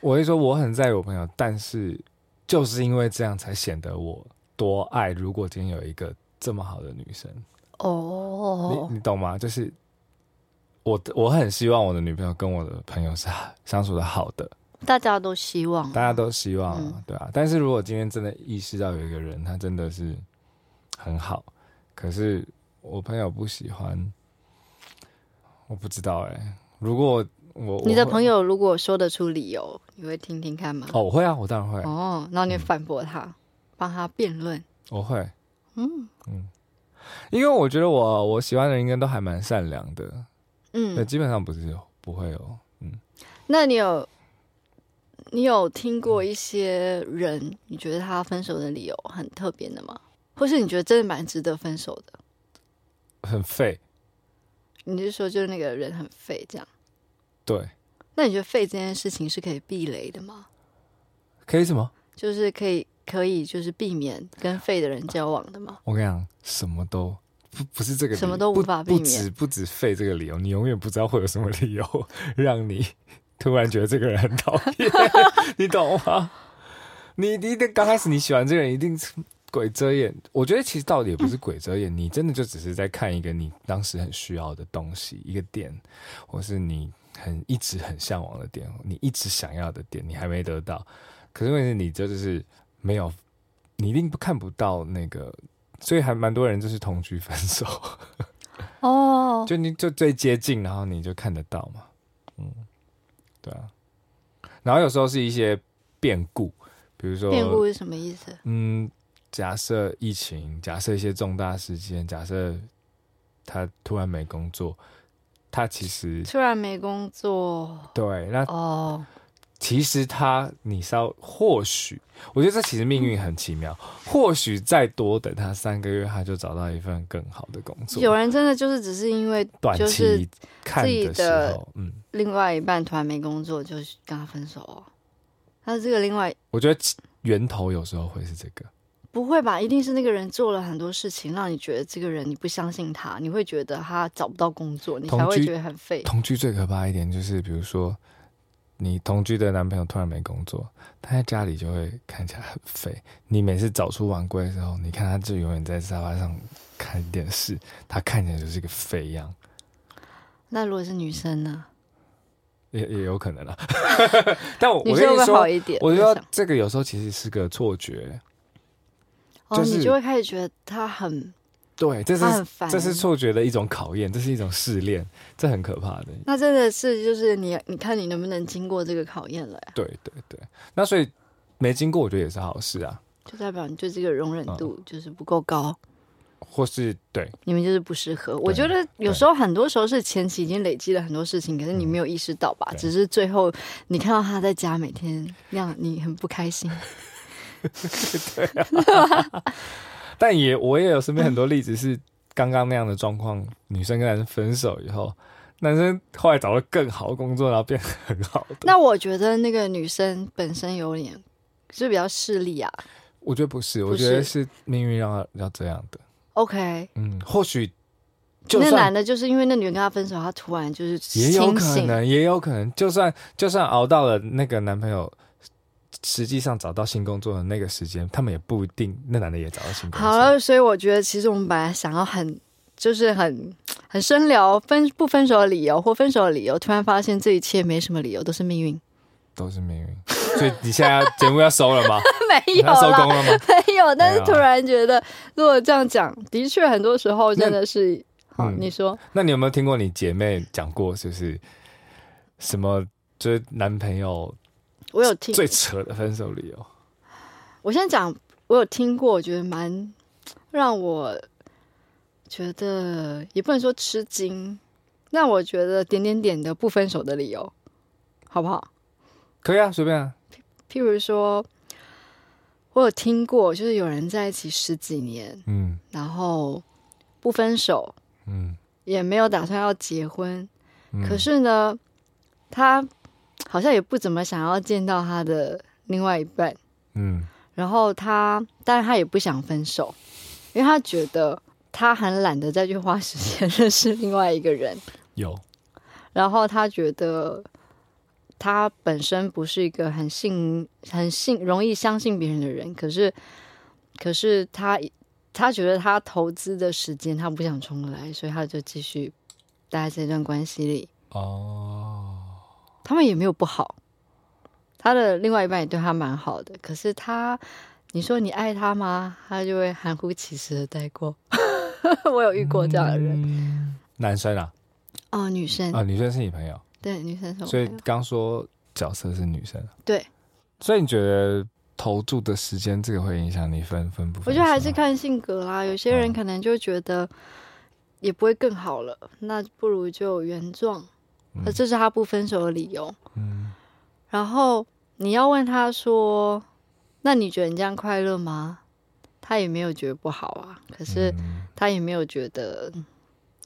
Speaker 2: 我会说我很在意我朋友，但是就是因为这样才显得我多爱。如果今天有一个这么好的女生。
Speaker 1: 哦
Speaker 2: 你，你懂吗？就是我我很希望我的女朋友跟我的朋友是相处的好的，
Speaker 1: 大家都希望，
Speaker 2: 大家都希望、啊
Speaker 1: 嗯
Speaker 2: 对吧、但是如果今天真的意识到有一个人他真的是很好，可是我朋友不喜欢，我不知道哎、如果我我
Speaker 1: 你的
Speaker 2: 会
Speaker 1: 朋友如果说得出理由，你会听听看吗？
Speaker 2: 哦，我嗯会啊，我当然会，
Speaker 1: 哦，然后你反驳他，帮他辩论。
Speaker 2: 我会，
Speaker 1: 嗯
Speaker 2: 因为我觉得我我喜欢的人应该都还蛮善良的，对，
Speaker 1: 嗯，
Speaker 2: 基本上不是有不会有，嗯，
Speaker 1: 那你有你有听过一些人，你觉得他分手的理由很特别的吗？或是你觉得真的蛮值得分手的？
Speaker 2: 很废，
Speaker 1: 你是说就是那个人很废这样？
Speaker 2: 对，
Speaker 1: 那你觉得废这件事情是可以避雷的吗？
Speaker 2: 可以什么？
Speaker 1: 就是可以可以就是避免跟废的人交往的吗？
Speaker 2: 我跟你讲，什么都不不是这个
Speaker 1: 哦
Speaker 2: 理由，
Speaker 1: 什么都无法
Speaker 2: 不
Speaker 1: 避
Speaker 2: 不
Speaker 1: 免
Speaker 2: 止不止费这个理由，你永远不知道会有什么理由让你突然觉得这个人很讨厌， 你懂吗？你你的刚开始你喜欢这个人一定是鬼遮眼，我觉得其实到底也不是鬼遮眼，你真的就只是在看一个你当时很需要的东西，一个点，或是你很一直很向往的点，你一直想要的点，你还没得到，可是问题是你这就是没有，你一定看不到那个。所以还蛮多人就是同居分手，
Speaker 1: 哦，
Speaker 2: 就你就最接近，然后你就看得到嘛，嗯，对啊。然后有时候是一些变故，比如
Speaker 1: 变故
Speaker 2: 说，
Speaker 1: 是什么意思？
Speaker 2: 嗯，假设疫情，假设一些重大事件，假设他突然没工作，他其实
Speaker 1: 突然没工作
Speaker 2: 对，那
Speaker 1: 哦，
Speaker 2: 其实他你稍或许，我觉得这其实命运很奇 妙，或许再多等他三个月，他就找到一份更好的工作。
Speaker 1: 有人真的就是只是因为
Speaker 2: 短
Speaker 1: 就
Speaker 2: 期
Speaker 1: 是
Speaker 2: 看
Speaker 1: 自己
Speaker 2: 的时
Speaker 1: 的
Speaker 2: 候，嗯，
Speaker 1: 另外一半突然没工作就跟他分手哦。那这个另外
Speaker 2: 我觉得源头有时候会是这个，
Speaker 1: 不会吧？一定是那个人做了很多事情，让你觉得这个人你不相信他，你会觉得他找不到工作，你才
Speaker 2: 同
Speaker 1: 会
Speaker 2: 居
Speaker 1: 觉得很废。
Speaker 2: 同居最可怕一点就是，比如说你同居的男朋友突然没工作，他在家里就会看起来很废。你每次早出晚归的时候，你看他就永远在沙发上看电视，他看起来就是一个废样，
Speaker 1: 那如果是女生呢？
Speaker 2: 也也有可 能啊。但我
Speaker 1: 女
Speaker 2: 我
Speaker 1: 生会
Speaker 2: 跟你
Speaker 1: 不会
Speaker 2: 说
Speaker 1: 好，一点？
Speaker 2: 我觉
Speaker 1: 想
Speaker 2: 得这个有时候其实是个错觉，
Speaker 1: 哦，
Speaker 2: 就是
Speaker 1: 你就会开始觉得他很
Speaker 2: 对，这
Speaker 1: 他很
Speaker 2: 是
Speaker 1: 烦，
Speaker 2: 这是错觉的一种考验，这是一种试炼，这很可怕的。
Speaker 1: 那真的是就是你，你看你能不能经过这个考验了呀，
Speaker 2: 对对对，那所以没经过，我觉得也是好事啊。嗯
Speaker 1: 就代表你对这个容忍度就是不够高。
Speaker 2: 或是对，
Speaker 1: 你们就是不适合。我觉得有时候很多时候是前期已经累积了很多事情，可是你没有意识到吧？
Speaker 2: 嗯对
Speaker 1: 只是最后你看到他在家每天让你很不开 心。
Speaker 2: 但也我也有身边很多例子是刚刚那样的状况，女生跟男生分手以后，男生后来找到更好的工作，然后变得很好的。
Speaker 1: 那我觉得那个女生本身有点是比较势利啊。
Speaker 2: 我觉得不是，
Speaker 1: 不
Speaker 2: 我觉得
Speaker 1: 是
Speaker 2: 是命运让他要这样的。
Speaker 1: OK，
Speaker 2: 嗯，或许就
Speaker 1: 那男
Speaker 2: 算
Speaker 1: 的就是因为那女的跟他分手，他突然就是
Speaker 2: 也有
Speaker 1: 清
Speaker 2: 可
Speaker 1: 醒。
Speaker 2: 能，也有可能，就算就算熬到了那个男朋友。实际上找到新工作的那个时间，他们也不一定，那男的也找到新工作。
Speaker 1: 好了，所以我觉得其实我们本来想要很就是很很深聊分不分手的理由或分手的理由，突然发现这一切没什么理由，都是命运。
Speaker 2: 都是命运。所以你现在要节目要收了吗？
Speaker 1: 没
Speaker 2: 你
Speaker 1: 有
Speaker 2: 要收
Speaker 1: 啦
Speaker 2: 工，了吗？
Speaker 1: 没有。但是
Speaker 2: 没有啊
Speaker 1: 突然觉得，如果这样讲，的确很多时候真的是。好，
Speaker 2: 嗯
Speaker 1: 你说
Speaker 2: 那你有没有听过你姐妹讲过，就是什么就是男朋友
Speaker 1: 我有听，
Speaker 2: 最扯的分手理由？
Speaker 1: 我先讲，我有听过，我觉得蛮让我觉得也不能说吃惊，那我觉得点点点的不分手的理由，好不好？
Speaker 2: 可以啊，随便啊。
Speaker 1: 譬如说，我有听过，就是有人在一起十几年，
Speaker 2: 嗯
Speaker 1: 然后不分手，
Speaker 2: 嗯
Speaker 1: 也没有打算要结婚，
Speaker 2: 嗯。
Speaker 1: 可是呢，他好像也不怎么想要见到他的另外一半，
Speaker 2: 嗯，
Speaker 1: 然后他，但是他也不想分手，因为他觉得他很懒得再去花时间认识另外一个人，
Speaker 2: 有
Speaker 1: 然后他觉得他本身不是一个很信、很信、容易相信别人的人，可是，可是他他觉得他投资的时间他不想重来，所以他就继续待在这段关系里。
Speaker 2: 哦，
Speaker 1: 他们也没有不好，他的另外一半也对他蛮好的，可是他，你说你爱他吗？他就会含糊其辞的带过。 我有遇过这样的人、
Speaker 2: 男生啊
Speaker 1: 哦，女生、
Speaker 2: 嗯啊，女生是你朋友，
Speaker 1: 对女生什么
Speaker 2: 所以
Speaker 1: 没有？
Speaker 2: 刚说角色是女生，
Speaker 1: 嗯
Speaker 2: 啊
Speaker 1: 对，
Speaker 2: 所以你觉得投注的时间这个会影响你分分不分手吗？
Speaker 1: 我觉得还是看性格
Speaker 2: 嗯
Speaker 1: 啦，有些人可能就觉得也不会更好了，那不如就原状，
Speaker 2: 嗯
Speaker 1: 那这是他不分手的理由。
Speaker 2: 嗯
Speaker 1: 然后你要问他说：“那你觉得你这样快乐吗？”他也没有觉得不好啊，可是。
Speaker 2: 嗯
Speaker 1: 他也没有觉得，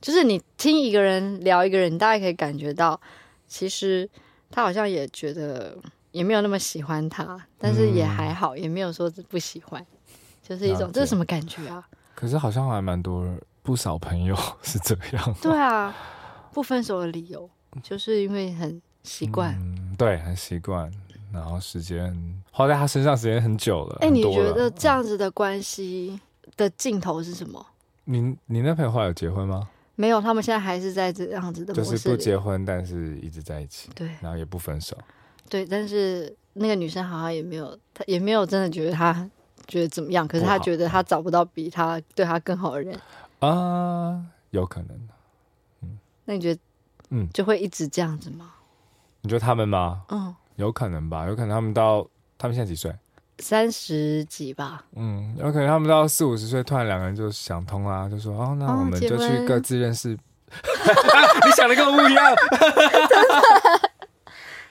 Speaker 1: 就是你听一个人聊一个人，你大概可以感觉到，其实他好像也觉得也没有那么喜欢他，但是也还好，也没有说是不喜欢，就是一
Speaker 2: 嗯了
Speaker 1: 种
Speaker 2: 解
Speaker 1: 这是什么感觉啊？
Speaker 2: 可是好像还蛮多不少朋友 是这样，
Speaker 1: 对啊，不分手的理由就是因为很习惯。
Speaker 2: 嗯，对，很习惯，然后时间花在他身上时间很久了，
Speaker 1: 哎、你
Speaker 2: 很多
Speaker 1: 觉
Speaker 2: 了
Speaker 1: 得这样子的关系的尽头是什么？
Speaker 2: 你你那朋友后来有结婚吗？
Speaker 1: 没有，他们现在还是在这样子的
Speaker 2: 就
Speaker 1: 模
Speaker 2: 是
Speaker 1: 式
Speaker 2: 不
Speaker 1: 里。
Speaker 2: 结婚，但是一直在一起，
Speaker 1: 对
Speaker 2: 然后也不分手。
Speaker 1: 对，但是那个女生好像也没有，她也没有真的觉得她觉得怎么样，可是
Speaker 2: 不
Speaker 1: 她
Speaker 2: 好
Speaker 1: 觉得她找不到比她对她更好的人。
Speaker 2: 啊、有可能。
Speaker 1: 那你觉得，
Speaker 2: 嗯
Speaker 1: 就会一直这样子吗？
Speaker 2: 你觉得他们吗？
Speaker 1: 嗯，
Speaker 2: 有可能吧，有可能他们到他们现在几岁？
Speaker 1: 三十几吧。
Speaker 2: 嗯，有可能他们到四五十岁，突然两个人就想通啦、就说哦，那
Speaker 1: 哦
Speaker 2: 我们
Speaker 1: 结
Speaker 2: 就
Speaker 1: 婚
Speaker 2: 去各自认识。 你想的跟我不一样。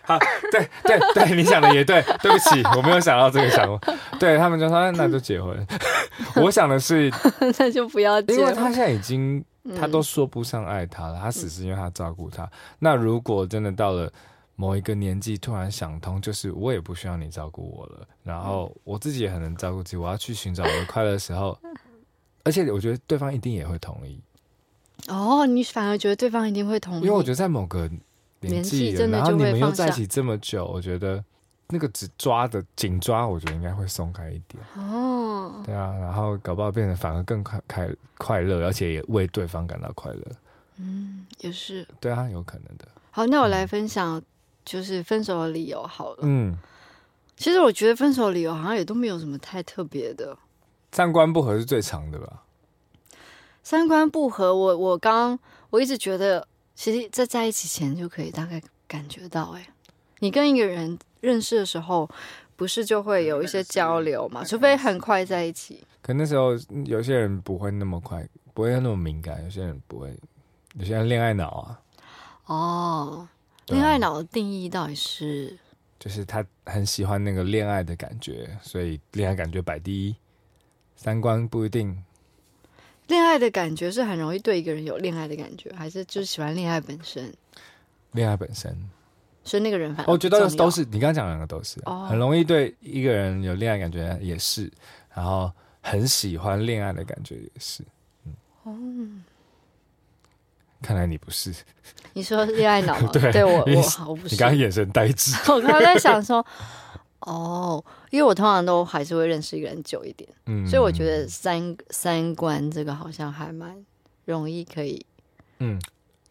Speaker 2: 好，对对对，你想的也对，对不起，我没有想到这个想法。对他们就说那就结婚。 我想的是，
Speaker 1: 那就不要结
Speaker 2: 因为
Speaker 1: 婚。
Speaker 2: 他现在已经
Speaker 1: 嗯
Speaker 2: 他都说不上爱他了，他只是因为他照顾他。那如果真的到了某一个年纪，突然想通，就是我也不需要你照顾我了，然
Speaker 1: 嗯
Speaker 2: 后我自己也很能照顾自己，我要去寻找我的快乐的 时候，而且我觉得对方一定也会同意，
Speaker 1: 哦，你反而觉得对方一定会同意，
Speaker 2: 因为我觉得在某个年纪
Speaker 1: 嗯年纪
Speaker 2: 了
Speaker 1: 真的
Speaker 2: 然
Speaker 1: 就
Speaker 2: 后你们
Speaker 1: 会
Speaker 2: 又
Speaker 1: 放下
Speaker 2: 在一起这么久，我觉得那个只抓的紧抓，我觉得应该会松开一点。
Speaker 1: 得哦，
Speaker 2: 对啊，然后搞不好变得反而更快快快乐，而且也为对方感到快乐。
Speaker 1: 嗯，也是。
Speaker 2: 对啊，有可能的。
Speaker 1: 好，那我来分享就是分手的理由好了。
Speaker 2: 嗯。
Speaker 1: 其实我觉得分手的理由好像也都没有什么太特别的。
Speaker 2: 三观不合是最长的吧？
Speaker 1: 三观不合，我我刚我一直觉得，其实在在一起前就可以大概感觉到、欸，哎，你跟一个人认识的时候，不是就会有一些交流嘛？除非很快在一起，
Speaker 2: 可那时候嗯有些人不会那么快，不会那么敏感，有些人不会，有些人恋爱脑啊，
Speaker 1: 哦，
Speaker 2: 对啊
Speaker 1: 恋爱脑的定义到底是
Speaker 2: 就是他很喜欢那个恋爱的感觉，所以恋爱感觉摆第一，三观不一定。
Speaker 1: 恋爱的感觉是很容易对一个人有恋爱的感觉，还是就是喜欢恋爱本身？
Speaker 2: 恋爱本身，
Speaker 1: 所以那个人反而
Speaker 2: 哦我觉得
Speaker 1: 啊不重要
Speaker 2: 都是你刚刚讲的两个都是、啊
Speaker 1: 哦
Speaker 2: 很容易对一个人有恋爱感觉也是，然后很喜欢恋爱的感觉也是。
Speaker 1: 哦
Speaker 2: 嗯，看来你不是，？
Speaker 1: 你说恋爱脑吗
Speaker 2: 对
Speaker 1: 我
Speaker 2: 因为
Speaker 1: 我我不是
Speaker 2: 你，刚刚眼神呆滞。
Speaker 1: 我刚刚在想说，哦，因为我通常都还是会认识一个人久一点，
Speaker 2: 嗯，
Speaker 1: 所以我觉得三三观这个好像还蛮容易可以，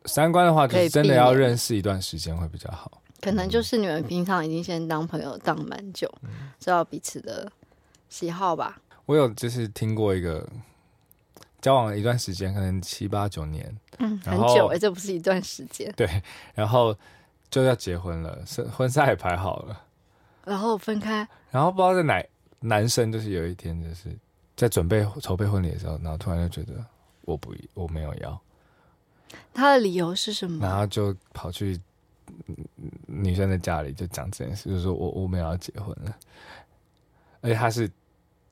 Speaker 2: 三观的话，就
Speaker 1: 可以
Speaker 2: 是真的
Speaker 1: 避
Speaker 2: 要
Speaker 1: 免
Speaker 2: 认识一段时间会比较好。
Speaker 1: 可能就是你们
Speaker 2: 嗯
Speaker 1: 平常已经先当朋友当蛮久，知道彼此的喜好吧。
Speaker 2: 我有就是听过一个交往了一段时间，可能七八九年，
Speaker 1: 嗯，
Speaker 2: 然
Speaker 1: 很
Speaker 2: 后
Speaker 1: 久哎、这不是一段时间。
Speaker 2: 对， 然后就要结婚了，是婚纱也排好了，
Speaker 1: 然后分开，
Speaker 2: 然后不知道在哪男生就是有一天就是在准备筹备婚礼的时候，然后突然就觉得我不我没有要，
Speaker 1: 他的理由是什
Speaker 2: 然
Speaker 1: 么？
Speaker 2: 后就跑去嗯女生的家里就讲这件事，就说我我没有要结婚了，而且他是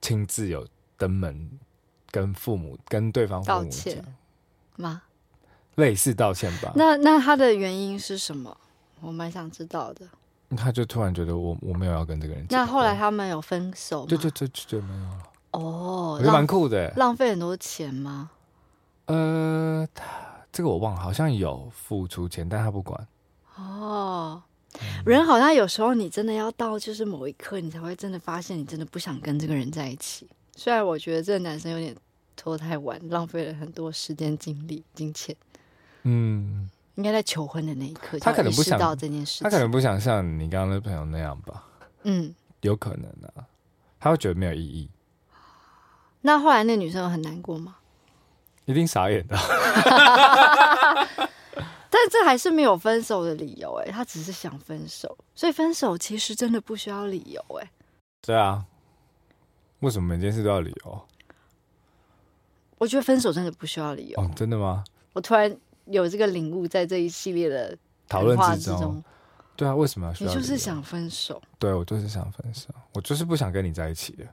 Speaker 2: 亲自有登门跟父母跟对方父
Speaker 1: 道
Speaker 2: 母
Speaker 1: 歉
Speaker 2: 讲，
Speaker 1: 吗？
Speaker 2: 类似道歉吧。
Speaker 1: 那那他的原因是什么？我蛮想知道的。
Speaker 2: 他就突然觉得我我没有要跟这个人结婚。
Speaker 1: 那后来他们有分手吗？
Speaker 2: 就就就就就没有了，
Speaker 1: 哦
Speaker 2: 我，觉得蛮
Speaker 1: 浪
Speaker 2: 酷的。欸
Speaker 1: 浪费很多钱吗？
Speaker 2: 呃，他这个我忘了，好像有付出钱，但他不管。
Speaker 1: 哦，人好像有时候你真的要到就是某一刻，你才会真的发现你真的不想跟这个人在一起。虽然我觉得这个男生有点拖太晚，浪费了很多时间、精力、金钱，
Speaker 2: 嗯，
Speaker 1: 应该在求婚的那一刻，
Speaker 2: 他可能不想
Speaker 1: 到这件事情。
Speaker 2: 他可能不想像你刚刚的朋友那样吧，
Speaker 1: 嗯，
Speaker 2: 有可能啊，他会觉得没有意义，
Speaker 1: 那后来那女生有很难过吗？
Speaker 2: 一定傻眼的。
Speaker 1: 但这还是没有分手的理由哎、他只是想分手，所以分手其实真的不需要理由哎、
Speaker 2: 对啊，为什么每件事都要理由？
Speaker 1: 我觉得分手真的不需要理由。
Speaker 2: 哦，真的吗？
Speaker 1: 我突然有这个领悟，在这一系列的
Speaker 2: 讨论
Speaker 1: 谈话
Speaker 2: 之
Speaker 1: 中，
Speaker 2: 中，对啊，为什么要需
Speaker 1: 你
Speaker 2: 要理由？
Speaker 1: 就是想分手。
Speaker 2: 对我就是想分手，我就是不想跟你在一起了。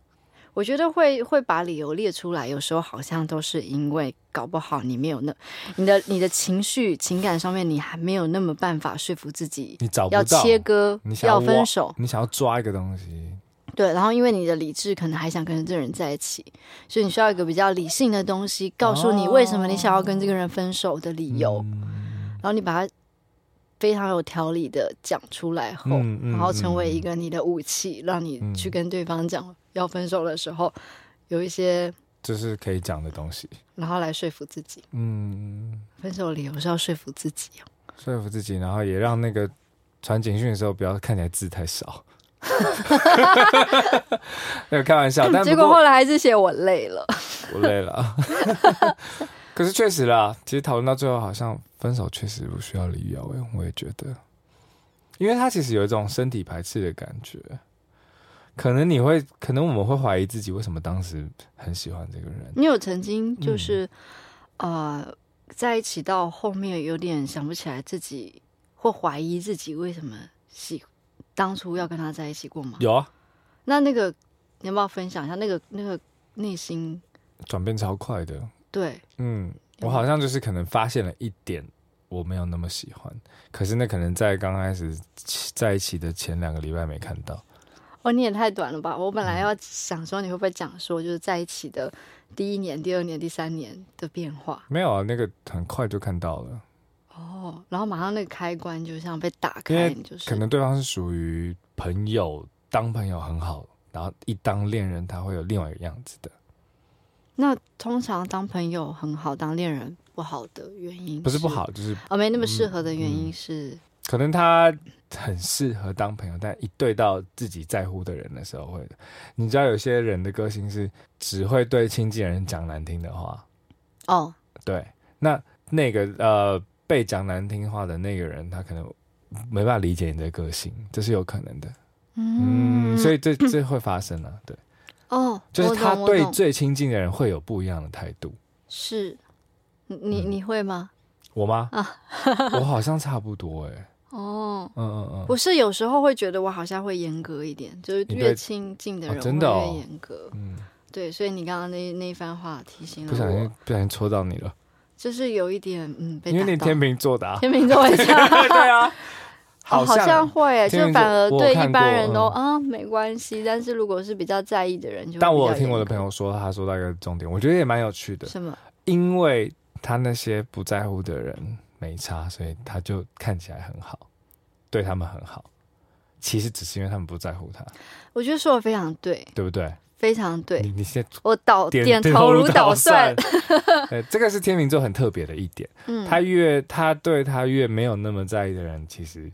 Speaker 1: 我觉得会会把理由列出来，有时候好像都是因为搞不好你没有那你的你的情绪情感上面，你还没有那么办法说服自己
Speaker 2: 你找不
Speaker 1: 要
Speaker 2: 到，
Speaker 1: 切割
Speaker 2: 你、想要
Speaker 1: 要
Speaker 2: 挖
Speaker 1: 分手。
Speaker 2: 你想要抓一个东西，
Speaker 1: 对，然后因为你的理智可能还想跟这个人在一起，所以你需要一个比较理性的东西，告诉你为什么你想要跟这个人分手的
Speaker 2: 嗯
Speaker 1: 理由，然后你把它非常有条理的讲出来后，
Speaker 2: 嗯嗯
Speaker 1: 然后成为一个你的武器，让你去跟对方讲要分手的时候有一些，
Speaker 2: 就是可以讲的东西。
Speaker 1: 然后来说服自己，
Speaker 2: 嗯，
Speaker 1: 分手的理由是要说服自己哦。
Speaker 2: 说服自己，然后也让那个传简讯的时候不要看起来字太 少。 没有开玩笑，但
Speaker 1: 结
Speaker 2: 不
Speaker 1: 果
Speaker 2: 过
Speaker 1: 后来还是写我累了，
Speaker 2: 我累了。 可是确实啦，其实讨论到最后，好像分手确实不需要理由、欸。我也觉得，因为他其实有一种身体排斥的感觉。可能你会，可能我们会怀疑自己为什么当时很喜欢这个人。
Speaker 1: 你有曾经就是、
Speaker 2: 嗯
Speaker 1: 呃在一起到后面有点想不起来自己，或怀疑自己为什么喜当初要跟他在一起过吗？
Speaker 2: 有啊，
Speaker 1: 那那个你要不要分享一下那个那个内心？
Speaker 2: 转变超快的。
Speaker 1: 对，
Speaker 2: 嗯，
Speaker 1: 有
Speaker 2: 我
Speaker 1: 吗
Speaker 2: 好像就是可能发现了一点我没有那么喜欢，可是那可能在刚开始起在一起的前两个礼拜没看到。
Speaker 1: 哦，你也太短了吧！我本
Speaker 2: 嗯
Speaker 1: 来要想说你会不会讲说就是在一起的第一年、第二年、第三年的变化
Speaker 2: 没有啊，那个很快就看到了，
Speaker 1: 哦，然后马上那个开关就像被打
Speaker 2: 因
Speaker 1: 开，
Speaker 2: 为
Speaker 1: 你就是
Speaker 2: 可能对方是属于朋友，当朋友很好，然后一当恋人他会有另外一个样子的，
Speaker 1: 那通常当朋友很好，当恋人不好的原因
Speaker 2: 不是不好，嗯就是
Speaker 1: 啊，没那么适合的原因是，
Speaker 2: 可能他很适合当朋友，但一对到自己在乎的人的时候会，你知道有些人的个性是只会对亲近的人讲难听的话，
Speaker 1: 哦，
Speaker 2: 对，那那个呃被讲难听话的那个人，他可能没办法理解你的个性，这是有可能的。
Speaker 1: 嗯
Speaker 2: 嗯，所以这这会发生啊，对，
Speaker 1: 哦，
Speaker 2: 就是
Speaker 1: 我
Speaker 2: 他
Speaker 1: 懂我
Speaker 2: 对
Speaker 1: 懂
Speaker 2: 最亲近的人会有不一样的态度。
Speaker 1: 是，你你
Speaker 2: 嗯
Speaker 1: 你会吗？
Speaker 2: 我吗？
Speaker 1: 啊
Speaker 2: 我好像差不多哎、
Speaker 1: 哦，
Speaker 2: 嗯嗯嗯，
Speaker 1: 我是有时候会觉得我好像会严格一点，就是
Speaker 2: 你
Speaker 1: 越
Speaker 2: 对
Speaker 1: 亲近的
Speaker 2: 哦
Speaker 1: 人会
Speaker 2: 真的哦
Speaker 1: 越严格。
Speaker 2: 嗯，
Speaker 1: 对，所以你刚刚那那一番话提醒
Speaker 2: 不小
Speaker 1: 了
Speaker 2: 心
Speaker 1: 我，
Speaker 2: 不小心戳到你了，
Speaker 1: 就是有一点嗯被
Speaker 2: 因为你
Speaker 1: 打
Speaker 2: 天
Speaker 1: 到。
Speaker 2: 秤座的、啊，
Speaker 1: 天秤座会这样，
Speaker 2: 对啊，
Speaker 1: 哦好像会，
Speaker 2: 天
Speaker 1: 就
Speaker 2: 秤座
Speaker 1: 反而
Speaker 2: 我有
Speaker 1: 对
Speaker 2: 看
Speaker 1: 一般
Speaker 2: 过
Speaker 1: 人都
Speaker 2: 嗯
Speaker 1: 啊没关系，但是如果是比较在意的人就会
Speaker 2: 但我有
Speaker 1: 比较
Speaker 2: 听我的
Speaker 1: 严
Speaker 2: 朋
Speaker 1: 格
Speaker 2: 友说，他说到一个重点，我觉得也蛮有趣的，
Speaker 1: 什么
Speaker 2: 因为他那些不在乎的人没差，所以他就看起来很好，对他们很好。其实只是因为他们不在乎他，
Speaker 1: 我觉得说的非常对，
Speaker 2: 对不对？
Speaker 1: 非常对
Speaker 2: 你，你现在
Speaker 1: 我倒
Speaker 2: 嗯点
Speaker 1: 点
Speaker 2: 点
Speaker 1: 头如
Speaker 2: 捣
Speaker 1: 捣蒜。。
Speaker 2: 对，这个是天秤座很特别的一点，
Speaker 1: 嗯，
Speaker 2: 他越他对他越没有那么在意的人，其实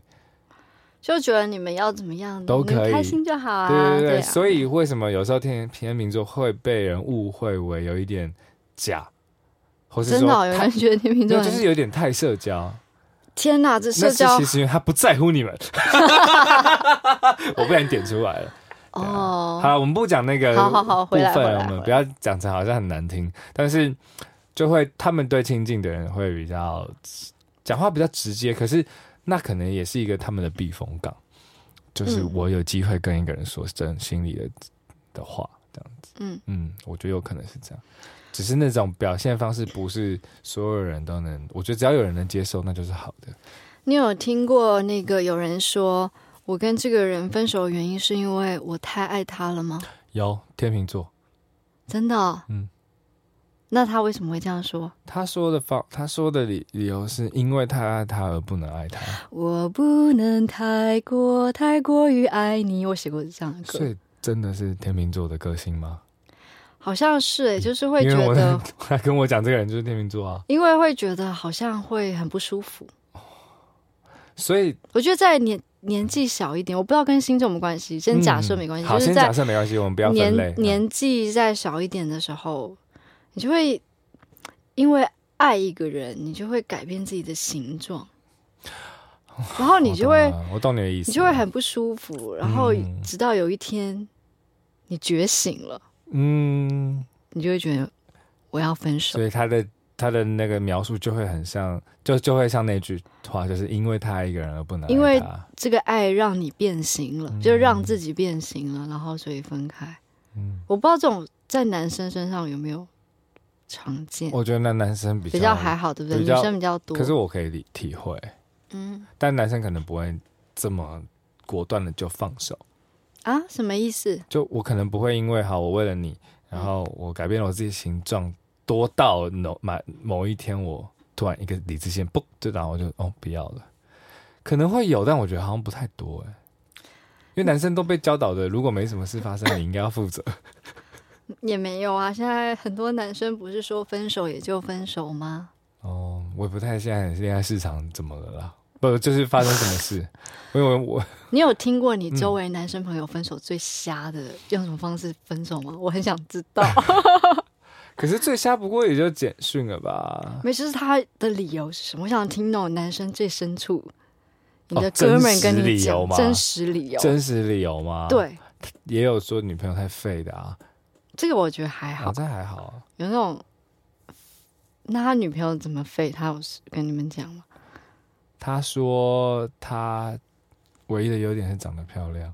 Speaker 1: 就觉得你们要怎么样
Speaker 2: 都
Speaker 1: 你们
Speaker 2: 可以
Speaker 1: 开心就好啊。
Speaker 2: 对对
Speaker 1: 对
Speaker 2: 对，
Speaker 1: 啊
Speaker 2: 所以为什么有时候天天秤座会被人误会为有一点假，或是
Speaker 1: 真的
Speaker 2: 说
Speaker 1: 哦、有
Speaker 2: 太
Speaker 1: 人觉得天秤
Speaker 2: 没
Speaker 1: 座
Speaker 2: 有
Speaker 1: 很
Speaker 2: 就是有点太社交，
Speaker 1: 天哪，这社
Speaker 2: 那
Speaker 1: 交
Speaker 2: 是其实因为他不在乎 你们， 我不然点出来了。
Speaker 1: 哦，
Speaker 2: 好了，我们不讲那个
Speaker 1: 好好好
Speaker 2: 部
Speaker 1: 回来
Speaker 2: 分
Speaker 1: 回来
Speaker 2: 了，我们
Speaker 1: 回
Speaker 2: 不要讲成好像很难听，但是就会他们对亲近的人会比较讲话比较直接，可是那可能也是一个他们的避风港，就是
Speaker 1: 嗯
Speaker 2: 我有机会跟一个人说真心里的的话，这样子。
Speaker 1: 嗯
Speaker 2: 嗯，我觉得有可能是这样，只是那种表现方式不是所有人都能，我觉得只要有人能接受，那就是好的。
Speaker 1: 你有听过那个有人说我跟这个人分手的原因是因为我太爱他了吗？
Speaker 2: 有天秤座，
Speaker 1: 真的、哦？
Speaker 2: 嗯。
Speaker 1: 那他为什么会这样说？
Speaker 2: 他说的方，他说的理理由是因为他爱他而不能爱他，
Speaker 1: 我不能太过太过于爱你。我写过这样的
Speaker 2: 所
Speaker 1: 歌，
Speaker 2: 以真的是天秤座的个性吗？
Speaker 1: 好像是诶、就是会
Speaker 2: 因
Speaker 1: 觉
Speaker 2: 为我
Speaker 1: 得，
Speaker 2: 他跟我讲这个人就是天秤座啊，
Speaker 1: 因为会觉得好像会很不舒服。
Speaker 2: 所以
Speaker 1: 我觉得在年年纪小一点，我不知道跟星座有没有关系，先假设没关系，
Speaker 2: 嗯
Speaker 1: 就
Speaker 2: 好，
Speaker 1: 是
Speaker 2: 先
Speaker 1: 在
Speaker 2: 假设没关系，我们不要分类嗯
Speaker 1: 年。年纪再小一点的时候，你就会因为爱一个人，你就会改变自己的形 状，然后
Speaker 2: 嗯
Speaker 1: 你就会
Speaker 2: 我懂啊我懂你的意思，
Speaker 1: 你就会很不舒服，然后
Speaker 2: 嗯
Speaker 1: 直到有一天你觉醒了，
Speaker 2: 嗯，
Speaker 1: 你就会觉得我要分手
Speaker 2: 所。以他的他的那个描述就会很像，就就会像那句话，就是因为他爱一个人而不能爱他，
Speaker 1: 因为这个爱让你变形了，
Speaker 2: 嗯
Speaker 1: 就让自己变形了，然后所以分开。
Speaker 2: 嗯，
Speaker 1: 我不知道这种在男生身上有没有常见，
Speaker 2: 我觉得那男生比
Speaker 1: 比较还好，对不对？
Speaker 2: 比
Speaker 1: 女
Speaker 2: 较
Speaker 1: 生比较多。
Speaker 2: 可是我可以理体会，
Speaker 1: 嗯
Speaker 2: 但男生可能不会这么果断的就放手。
Speaker 1: 啊，什么意思？
Speaker 2: 就我可能不会因为好，我为了你，
Speaker 1: 嗯
Speaker 2: 然后我改变了我自己形状，多到某某某一天我突然一个理智线嘣，就然后我就哦不要了，可能会有，但我觉得好像不太多哎、因为男生都被教导的，如果没什么事发生，你应该 要负责。
Speaker 1: 也没有啊。现在很多男生不是说分手也就分手吗？
Speaker 2: 哦，我也不太现在恋爱市场怎么了啦，不就是发生什么事？因为我
Speaker 1: 你有听过你
Speaker 2: 嗯
Speaker 1: 周围男生朋友分手最瞎的、用什么方式分手吗？我很想知 道。
Speaker 2: 可是最瞎不过也就简讯了吧？
Speaker 1: 没，就是他的理由是什么？我想听懂男生最深处，你的
Speaker 2: 哦真
Speaker 1: 哥们儿跟
Speaker 2: 实
Speaker 1: 你
Speaker 2: 理由
Speaker 1: 讲
Speaker 2: 吗
Speaker 1: 真实理由。
Speaker 2: 真实理由吗？，
Speaker 1: 对，
Speaker 2: 也有说女朋友太废的啊，
Speaker 1: 这个我觉得还好
Speaker 2: 好。像还好啊。
Speaker 1: 有那种，那他女朋友怎么废？他有跟你们讲吗？
Speaker 2: 他说他唯一的优点是长得漂亮，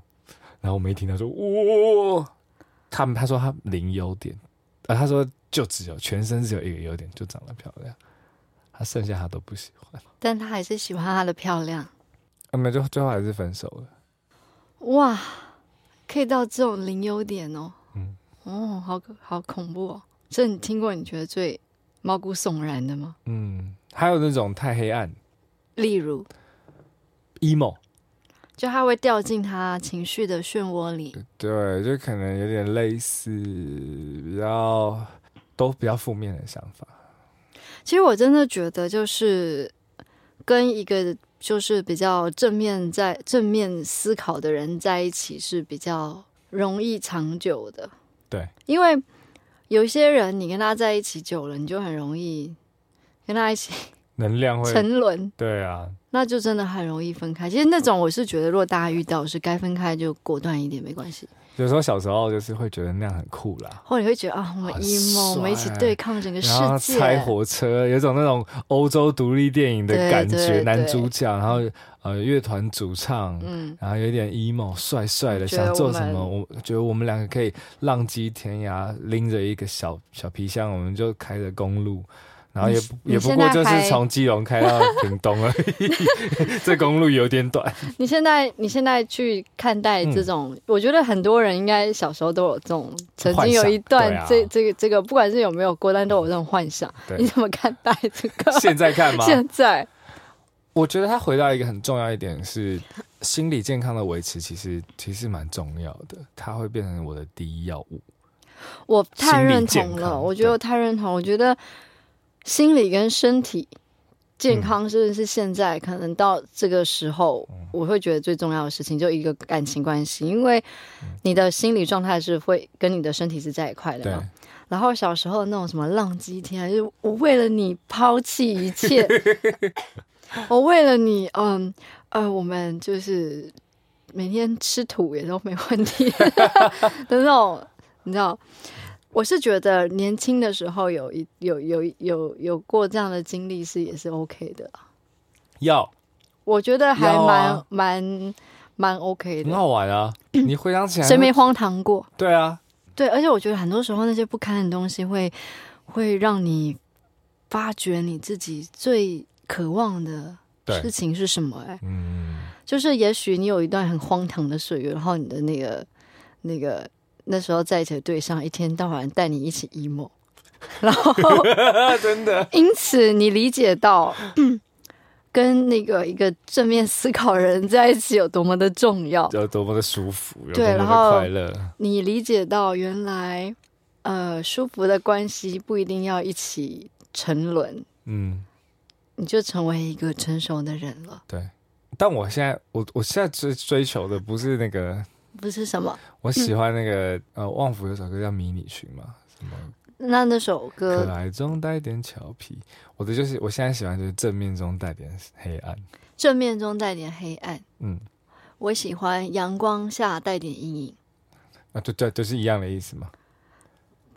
Speaker 2: 然后我们一听他说哇，他他说他零优点，啊，他说就只有全身只有一个优点，就长得漂亮，他剩下他都不喜欢，
Speaker 1: 但他还是喜欢她的漂亮。
Speaker 2: 啊，没有，就最后还是分手了。
Speaker 1: 哇，可以到这种零优点哦。
Speaker 2: 嗯
Speaker 1: 哦，好可好恐怖哦！这你听过你觉得最毛骨悚然的吗？
Speaker 2: 嗯，还有那种太黑暗
Speaker 1: 例如，
Speaker 2: emo，
Speaker 1: 就他会掉进他情绪的漩涡里。
Speaker 2: 对，就可能有点类似比较都比较负面的想法。
Speaker 1: 其实我真的觉得，就是跟一个就是比较正面在正面思考的人在一起是比较容易长久的。
Speaker 2: 对，
Speaker 1: 因为有一些人你跟他在一起久了，你就很容易跟他一起
Speaker 2: 能量会
Speaker 1: 沉沦，
Speaker 2: 对啊，
Speaker 1: 那就真的很容易分开。其实那种我是觉得，如果大家遇到是该分开就果断一点，没关系。
Speaker 2: 有时候小时候就是会觉得那样很酷啦，
Speaker 1: 或者你会觉得啊，我们
Speaker 2: 很
Speaker 1: emo，我们一起
Speaker 2: 帅
Speaker 1: 对抗整个世
Speaker 2: 然后
Speaker 1: 界，
Speaker 2: 拆火车，有种那种欧洲独立电影的感
Speaker 1: 对
Speaker 2: 觉，
Speaker 1: 对
Speaker 2: 男
Speaker 1: 对
Speaker 2: 主角，然后呃乐团主唱，
Speaker 1: 嗯，
Speaker 2: 然后有点 emo，帅帅的，
Speaker 1: 觉得
Speaker 2: 想做什
Speaker 1: 我
Speaker 2: 么？
Speaker 1: 们
Speaker 2: 我觉得我们两个可以浪迹天涯，拎着一个小小皮箱，我们就开着公路，然后也不
Speaker 1: 你
Speaker 2: 也不
Speaker 1: 现
Speaker 2: 过
Speaker 1: 在
Speaker 2: 就是
Speaker 1: 还
Speaker 2: 从基隆开到屏东而已， 这公路有点短。
Speaker 1: 你现在你现在去看
Speaker 2: 嗯
Speaker 1: 待这种，我觉得很多人应该小时候都有这种，曾经有一段
Speaker 2: 幻想对
Speaker 1: 这、
Speaker 2: 啊
Speaker 1: 这个这个，不管是有没有过，但都有这种幻想。
Speaker 2: 对
Speaker 1: 你怎么看待这个？
Speaker 2: 现在看 吗？
Speaker 1: 现在
Speaker 2: 我觉得他回到一个很重要一点是，心理健康的维持其实其实蛮重要的，它会变成我的第一要务。
Speaker 1: 我太认
Speaker 2: 心理
Speaker 1: 同
Speaker 2: 健
Speaker 1: 了，
Speaker 2: 康
Speaker 1: 我觉得我太认同，我觉得心理跟身体
Speaker 2: 嗯
Speaker 1: 健康真的是现在、可能到这个时候，我会觉得最重要的事情就一个感情关系，因为
Speaker 2: 嗯
Speaker 1: 你的心理状态是会跟你的身体是在一块的
Speaker 2: 对
Speaker 1: 嘛。，然后小时候那种什么浪迹天涯，就是我为了你抛弃一切， 我为了你，嗯呃，我们就是每天吃土也都没问题 的那种，你知道。我是觉得年轻的时候有一有有有有过这样的经历是也是 OK 的啦，
Speaker 2: 要
Speaker 1: 我觉得还
Speaker 2: 要
Speaker 1: 蛮、
Speaker 2: 啊
Speaker 1: 蛮蛮 OK 的，
Speaker 2: 很
Speaker 1: 嗯
Speaker 2: 好玩啊！你回想起来，
Speaker 1: 谁没荒唐过？
Speaker 2: 对啊，
Speaker 1: 对，而且我觉得很多时候那些不堪的东西会会让你发觉你自己最渴望的
Speaker 2: 对
Speaker 1: 事情是什么、哎，
Speaker 2: 嗯，
Speaker 1: 就是也许你有一段很荒唐的岁月，然后你的那个那个那时候在一起的对象一天到晚带你一起 emo，然后
Speaker 2: 真的
Speaker 1: 因此你理解到。嗯跟那个一个正面思考的人在一起有多么的重要，
Speaker 2: 有多么的舒服，有多
Speaker 1: 对
Speaker 2: 么
Speaker 1: 然后
Speaker 2: 的快乐。
Speaker 1: 你理解到原来，呃，舒服的关系不一定要一起沉沦，
Speaker 2: 嗯，
Speaker 1: 你就成为一个成熟的人了，
Speaker 2: 对。但我现在，我我现在追追求的不是那个，
Speaker 1: 不是什么？
Speaker 2: 我喜欢那个、
Speaker 1: 嗯
Speaker 2: 呃，旺福有首歌叫《迷你裙》嘛，什么
Speaker 1: 那那首
Speaker 2: 可
Speaker 1: 歌
Speaker 2: 爱中带点调皮。我的就是我现在喜欢就是正面中带点黑暗。
Speaker 1: 正面中带点黑暗，
Speaker 2: 嗯，
Speaker 1: 我喜欢阳光下带点阴影，
Speaker 2: 啊，对对，就是一样的意思嘛。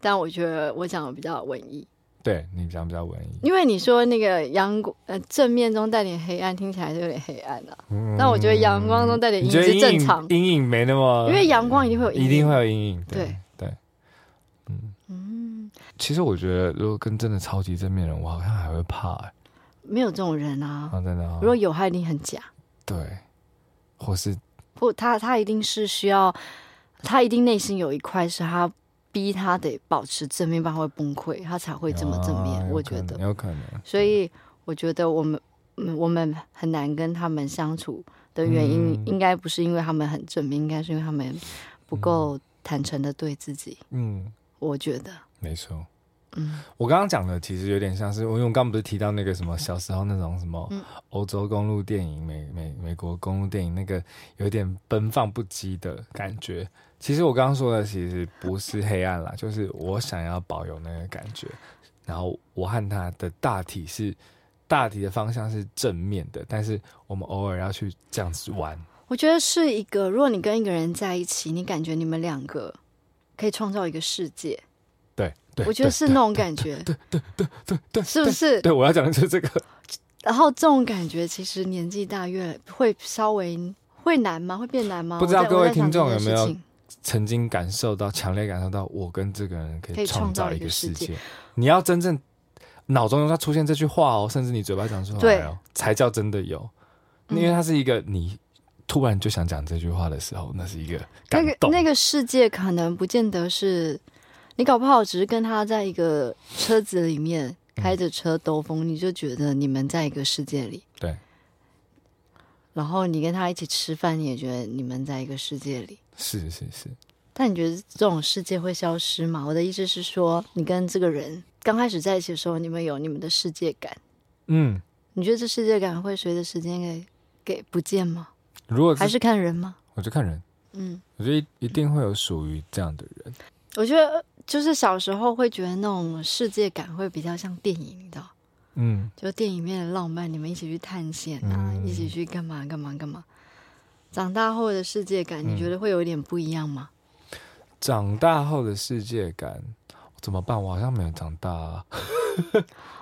Speaker 1: 但我觉得我讲的比较文艺，
Speaker 2: 对你讲比较文艺，
Speaker 1: 因为你说那个阳光呃正面中带点黑暗，听起来就有点黑暗啊。
Speaker 2: 嗯
Speaker 1: 但我觉得阳光中带点
Speaker 2: 你
Speaker 1: 阴
Speaker 2: 觉
Speaker 1: 影
Speaker 2: 得
Speaker 1: 是
Speaker 2: 阴
Speaker 1: 正
Speaker 2: 影
Speaker 1: 常，
Speaker 2: 阴影没那么，
Speaker 1: 因为阳光一定会有阴影，
Speaker 2: 嗯一定会有阴影。对对，
Speaker 1: 嗯，
Speaker 2: 其实我觉得如果跟真的超级正面人，我好像还会怕、欸，
Speaker 1: 没有这种人啊。
Speaker 2: 啊，真的、哦
Speaker 1: 如。果有，他一定很假。
Speaker 2: 对，或是
Speaker 1: 不，他他一定是需要，他一定内心有一块是他逼他得保持正面，不然会崩溃，他才会这么正面。
Speaker 2: 啊
Speaker 1: 我
Speaker 2: 有可
Speaker 1: 觉
Speaker 2: 能
Speaker 1: 得，
Speaker 2: 有可能。
Speaker 1: 所以我觉得我们嗯我们很难跟他们相处的原因，
Speaker 2: 嗯
Speaker 1: 应该不是因为他们很正面，应该是因为他们不够坦诚的对自己。
Speaker 2: 嗯，
Speaker 1: 我觉得，
Speaker 2: 没错。
Speaker 1: 嗯，
Speaker 2: 我刚刚讲的其实有点像是，因为我刚刚不是提到那个什么小时候那种什么
Speaker 1: 嗯
Speaker 2: 欧洲公路电影、美美美国公路电影那个有点奔放不羁的感觉。其实我刚刚说的其实不是黑暗啦，就是我想要保有那个感觉，然后我和他的大体是大体的方向是正面的，但是我们偶尔要去这样子玩。
Speaker 1: 我觉得是一个，如果你跟一个人在一起，你感觉你们两个可以创造一个世界，
Speaker 2: 对，对
Speaker 1: 我觉得
Speaker 2: 对
Speaker 1: 是那种感觉，对对对对，是不是？
Speaker 2: 对我要讲的就是这个。
Speaker 1: 然后这种感觉，其实年纪大越会稍微会难吗？会变难吗？
Speaker 2: 不知道
Speaker 1: 我在
Speaker 2: 各
Speaker 1: 我
Speaker 2: 位
Speaker 1: 在想
Speaker 2: 听众
Speaker 1: 这件
Speaker 2: 有没有
Speaker 1: 事情
Speaker 2: 曾经感受到，强烈感受到，我跟这个人可
Speaker 1: 可
Speaker 2: 以
Speaker 1: 以
Speaker 2: 创
Speaker 1: 创
Speaker 2: 造
Speaker 1: 造一
Speaker 2: 一个
Speaker 1: 个
Speaker 2: 世
Speaker 1: 世界
Speaker 2: 界。你要真正脑中要出现这句话哦，甚至你嘴巴讲出来
Speaker 1: 对
Speaker 2: 哦，才叫真的有。因
Speaker 1: 嗯
Speaker 2: 为它是一个你突然就想讲这句话的时候，那是一个
Speaker 1: 那
Speaker 2: 感
Speaker 1: 个
Speaker 2: 动。
Speaker 1: 那个世界，可能不见得是你搞不好只是跟他在一个车子里面开着车兜风，你就觉得你们在一个世界里。
Speaker 2: 对。
Speaker 1: 然后你跟他一起吃饭，你也觉得你们在一个世界里。
Speaker 2: 是是是，
Speaker 1: 但你觉得这种世界会消失吗？我的意思是说，你跟这个人刚开始在一起的时候，你们有你们的世界感。
Speaker 2: 嗯，
Speaker 1: 你觉得这世界感会随着时间给给不见吗？
Speaker 2: 如果
Speaker 1: 还
Speaker 2: 是
Speaker 1: 是看人吗？
Speaker 2: 我就看人，
Speaker 1: 嗯，
Speaker 2: 我觉得一一定会有属于这样的人。
Speaker 1: 我觉得就是小时候会觉得那种世界感会比较像电影，你知道，
Speaker 2: 嗯，
Speaker 1: 就电影里面的浪漫，你们一起去探险啊，
Speaker 2: 嗯
Speaker 1: 一起去干嘛干嘛干嘛。长大后的世界感，
Speaker 2: 嗯
Speaker 1: 你觉得会有一点不一样吗？
Speaker 2: 长大后的世界感怎么办？我好像没有长大、啊，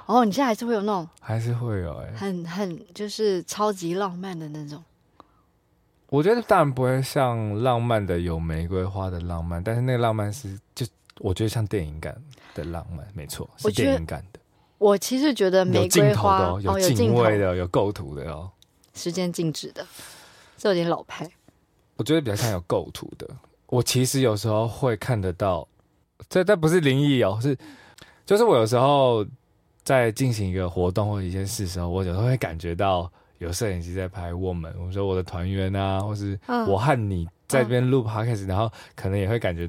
Speaker 1: 哦，你现在还是会有那种
Speaker 2: 还是会有哎、
Speaker 1: 很很就是超级浪漫的那种，
Speaker 2: 我觉得当然不会像浪漫的有玫瑰花的浪漫，但是那个浪漫是就我觉得像电影感的浪漫，没错，是
Speaker 1: 我觉得
Speaker 2: 电影感的，
Speaker 1: 我其实觉得
Speaker 2: 有
Speaker 1: 玫
Speaker 2: 镜
Speaker 1: 瑰
Speaker 2: 头
Speaker 1: 花
Speaker 2: 的、哦，有
Speaker 1: 有镜
Speaker 2: 敬
Speaker 1: 头，
Speaker 2: 畏的、有构图的哦。
Speaker 1: 时间静止的，这有点老派。
Speaker 2: 我觉得比较像有构图的。我其实有时候会看得到，这但不是灵异哦，是就是我有时候在进行一个活动或一件事的时候，我有时候会感觉到有摄影机在拍我们，我说我的团员啊，或是
Speaker 1: 嗯
Speaker 2: 我和你在这边录 podcast，、然后可能也会感觉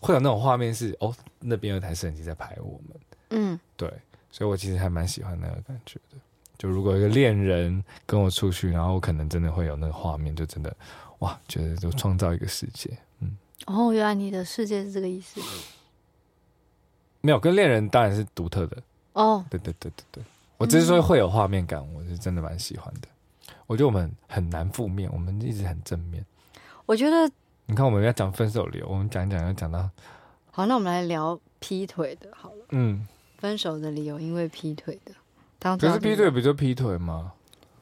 Speaker 2: 会有那种画面是哦，那边有台摄影机在拍我们，
Speaker 1: 嗯，
Speaker 2: 对，所以我其实还蛮喜欢那个感觉的。就如果有一个恋人跟我出去，然后我可能真的会有那个画面，就真的哇，觉得就创造一个世界。
Speaker 1: 哦，原来你的世界是这个意思。
Speaker 2: 没有跟恋人当然是独特的，
Speaker 1: 哦，
Speaker 2: 对对对对对。我只是说会有画面感，我是真的蛮喜欢的。我觉得我们很难负面，我们一直很正面。
Speaker 1: 我觉得
Speaker 2: 你看，我们要讲分手理由，我们讲一讲要讲到
Speaker 1: 好，那我们来聊劈腿的，好了，
Speaker 2: 嗯，
Speaker 1: 分手的理由因为劈腿的，当
Speaker 2: 可是
Speaker 1: 诈骗
Speaker 2: 劈腿不就劈腿吗？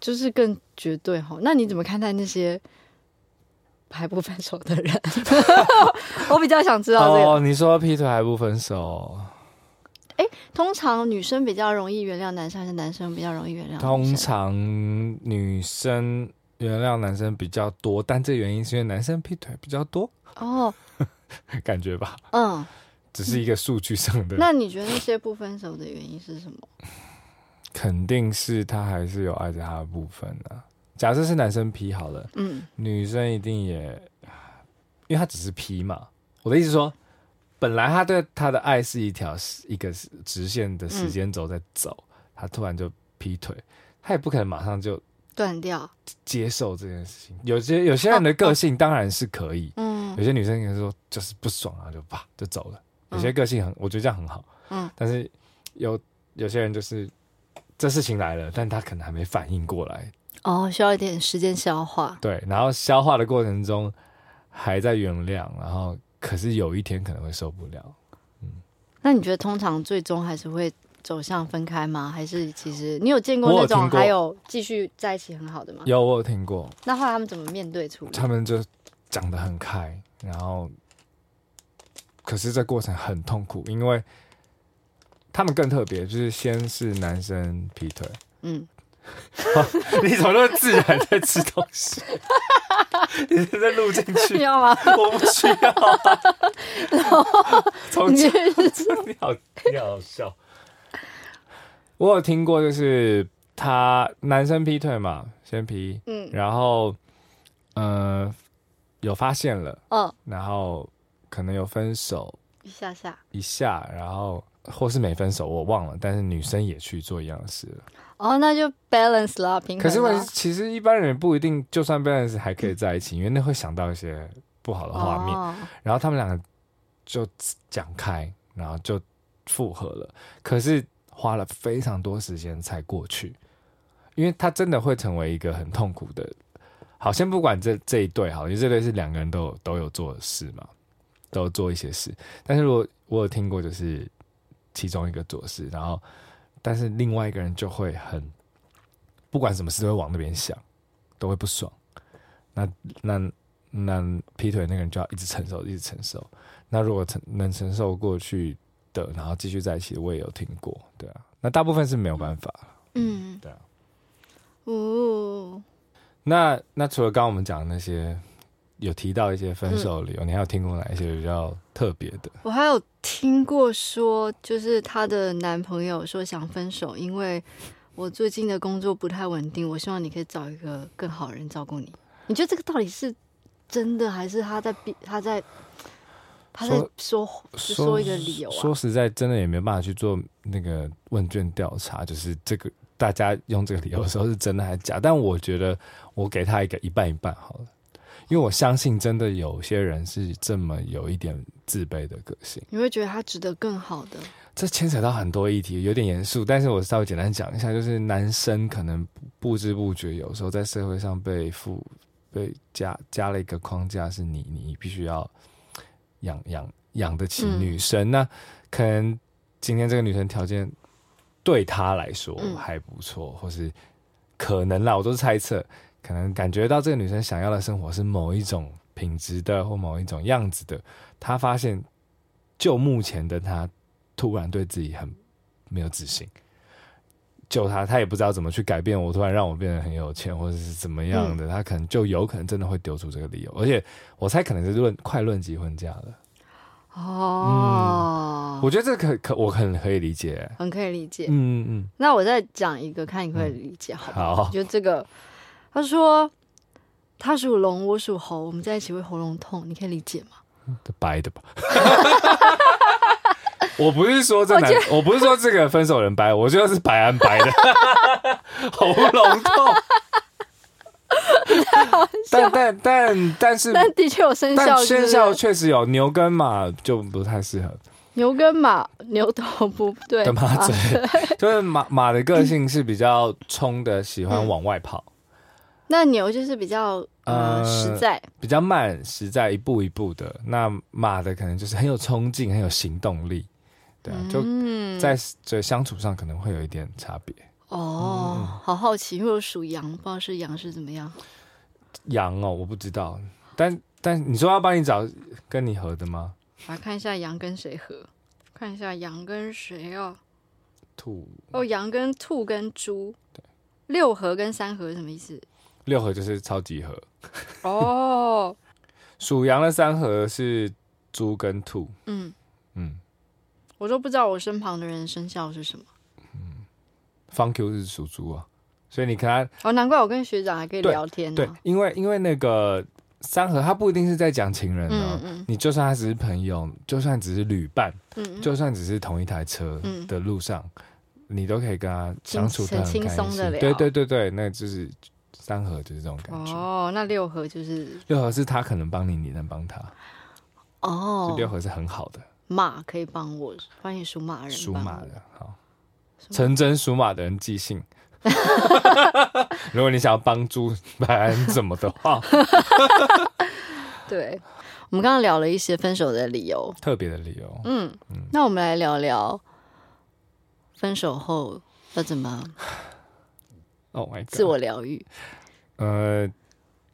Speaker 1: 就是更绝对哈。那你怎么看待那些还不分手的人？ 我比较想知道这个。
Speaker 2: 哦，你说劈腿还不分手？
Speaker 1: 通常女生比较容易原谅男生，还是男生比较容易原谅女生？
Speaker 2: 通常女生原谅男生比较多，但这原因是因为男生劈腿比较多，
Speaker 1: 哦，
Speaker 2: 感觉吧，
Speaker 1: 嗯，
Speaker 2: 只是一个数据上的。
Speaker 1: 那你觉得那些不分手的原因是什么？
Speaker 2: 肯定是他还是有爱着他的部分啊。假设是男生劈好了，
Speaker 1: 嗯，
Speaker 2: 女生一定也，啊因为他只是劈嘛。我的意思说，本来他对他的爱是一条一个直线的时间轴在走，他突然就劈腿，他也不可能马上就
Speaker 1: 断掉。
Speaker 2: 接受这件事情。有些有些人的个性当然是可以，
Speaker 1: 嗯
Speaker 2: 有些女生可能说就是不爽啊，就啪就走了。
Speaker 1: 嗯
Speaker 2: 有些个性很，我觉得这样很好。
Speaker 1: 嗯，
Speaker 2: 但是有有些人就是这事情来了，但他可能还没反应过来，
Speaker 1: 哦，需要一点时间消化。
Speaker 2: 对，然后消化的过程中还在原谅，然后可是有一天可能会受不了。
Speaker 1: 那你觉得通常最终还是会走向分开吗？还是其实你有见过
Speaker 2: 我有
Speaker 1: 那种
Speaker 2: 听过
Speaker 1: 还有继续在一起很好的吗？
Speaker 2: 有我有听过，
Speaker 1: 那后来他们怎么面对处理？
Speaker 2: 他们就讲得很开，然后可是这过程很痛苦，因为他们更特别，就是先是男生劈腿，
Speaker 1: 嗯，
Speaker 2: 你怎么那么自然在吃东 西？你是在录进
Speaker 1: 你知
Speaker 2: 去？
Speaker 1: 道 吗？
Speaker 2: 我不需要、啊。从
Speaker 1: 你
Speaker 2: 前你好，你好笑。我有听过，就是他男生劈腿嘛，先劈，
Speaker 1: 嗯
Speaker 2: 然后呃有发现了，
Speaker 1: 哦，
Speaker 2: 然后可能有分手
Speaker 1: 一下下
Speaker 2: 一下，然后或是没分手，我忘了。但是女生也去做一样的事了。
Speaker 1: 哦，那就 balance 啦，平衡啦。啊
Speaker 2: 可是问题是，其实一般人不一定，就算 balance 还可以在一起，因为那会想到一些不好的画面。
Speaker 1: 哦
Speaker 2: 然后他们两个就讲开，然后就复合了。可是花了非常多时间才过去，因为他真的会成为一个很痛苦的。好，先不管这这一对好了，因为这对是两个人都有都有做的事嘛，都有做一些事。但是如果我有听过，就是其中一个做事，然后但是另外一个人就会很不管什么事都会往那边想，都会不爽。那那那劈腿那个人就要一直承受，一直承受。那如果承能承受过去的，然后继续在一起的，我也有听过，对啊。那大部分是没有办法。
Speaker 1: 嗯，
Speaker 2: 对啊。
Speaker 1: 哦，
Speaker 2: 那那除了刚刚我们讲的那些，有提到一些分手理由，你还有听过哪一些比较特别的？
Speaker 1: 我还有听过说，就是她的男朋友说想分手，因为我最近的工作不太稳定，我希望你可以找一个更好的人照顾你。你觉得这个到底是真的，还是他在逼他在他在说就说一个理由
Speaker 2: 说
Speaker 1: 啊？
Speaker 2: 实在，真的也没办法去做那个问卷调查，就是这个大家用这个理由的时候是真的还是假？但我觉得我给他一个一半一半好了，因为我相信真的有些人是这么有一点自卑的个性。
Speaker 1: 你会觉得他值得更好的？
Speaker 2: 这牵扯到很多议题，有点严肃，但是我稍微简单讲一下，就是男生可能不知不觉有时候在社会上被赋被加加了一个框架，是你你必须要养养养得起
Speaker 1: 嗯
Speaker 2: 女生，那可能今天这个女生条件对他来说
Speaker 1: 嗯
Speaker 2: 还不错，或是可能啦，我都是猜测，可能感觉到这个女生想要的生活是某一种品质的或某一种样子的，他发现就目前的他突然对自己很没有自信。就他，他也不知道怎么去改变我。突然让我变得很有钱，或者是怎么样的，他可能就有可能真的会丢出这个理由。而且我猜可能是论快论及婚嫁了。
Speaker 1: 哦，
Speaker 2: 我觉得这可可我很可以理解、
Speaker 1: 很可以理解。
Speaker 2: 嗯嗯
Speaker 1: 那我再讲一个，看你会理解好不
Speaker 2: 好
Speaker 1: 我觉得这个，他说他属龙，我属猴，我们在一起会喉咙痛，你可以理解吗？
Speaker 2: 嗯，这 白的吧。我不是说这男，我不是说这个分手人白，我觉得是白安白 的，喉咙痛。但但但但是，
Speaker 1: 但的确有生肖
Speaker 2: 嗯但
Speaker 1: 是
Speaker 2: 生
Speaker 1: 不是
Speaker 2: 肖确实有牛跟马就不太适合。
Speaker 1: 牛跟马，牛头不对
Speaker 2: 的马
Speaker 1: 啊
Speaker 2: 嘴， 就是马马的个性是比较冲的，喜欢
Speaker 1: 嗯
Speaker 2: 往外跑，
Speaker 1: 那牛就是比较呃
Speaker 2: 呃
Speaker 1: 实在，
Speaker 2: 比较慢，实在一步一步的。那马的可能就是很有冲劲，很有行动力，对啊，就
Speaker 1: 嗯
Speaker 2: 在这相处上可能会有一点差别。嗯
Speaker 1: 哦，好好奇，因为我属羊，不知道是羊是怎么样。
Speaker 2: 羊哦，我不知道，但但你说要帮你找跟你合的吗？
Speaker 1: 我来看一下羊跟谁合，看一下羊跟谁哦，
Speaker 2: 兔
Speaker 1: 哦，羊跟兔跟猪，六合跟三合是什么意 思？
Speaker 2: 六合就是超级合，
Speaker 1: 哦，
Speaker 2: 属羊的三合是猪跟兔，
Speaker 1: 嗯，
Speaker 2: 嗯
Speaker 1: 我都不知道我身旁的人生肖是什么。
Speaker 2: 方 Q 是属猪啊，所以你看他
Speaker 1: 哦，难怪我跟学长还可以聊天哦呢、
Speaker 2: 对，因为因为那个三合，他不一定是在讲情人哦。
Speaker 1: 嗯嗯
Speaker 2: 你就算他只是朋友，就算只是旅伴，
Speaker 1: 嗯，
Speaker 2: 就算只是同一台车
Speaker 1: 嗯
Speaker 2: 的路上，你都可以跟他相处的
Speaker 1: 很轻
Speaker 2: 开
Speaker 1: 松
Speaker 2: 心
Speaker 1: 地聊
Speaker 2: 对对对对，那就是三合就是这种感觉。
Speaker 1: 哦，那六合就是
Speaker 2: 六合是他可能帮你，你能帮他。
Speaker 1: 哦
Speaker 2: 所以，六合是很好的，
Speaker 1: 马可以帮我，欢迎属马人，
Speaker 2: 属马的。好，成真属马的人寄 信。如果你想要帮助白安怎么的 话，
Speaker 1: 对，我们刚刚聊了一些分手的理由，
Speaker 2: 特别的理由，
Speaker 1: 嗯，那我们来聊聊分手后要怎 么
Speaker 2: 哦、oh、，my god，
Speaker 1: 自我疗愈。
Speaker 2: 呃，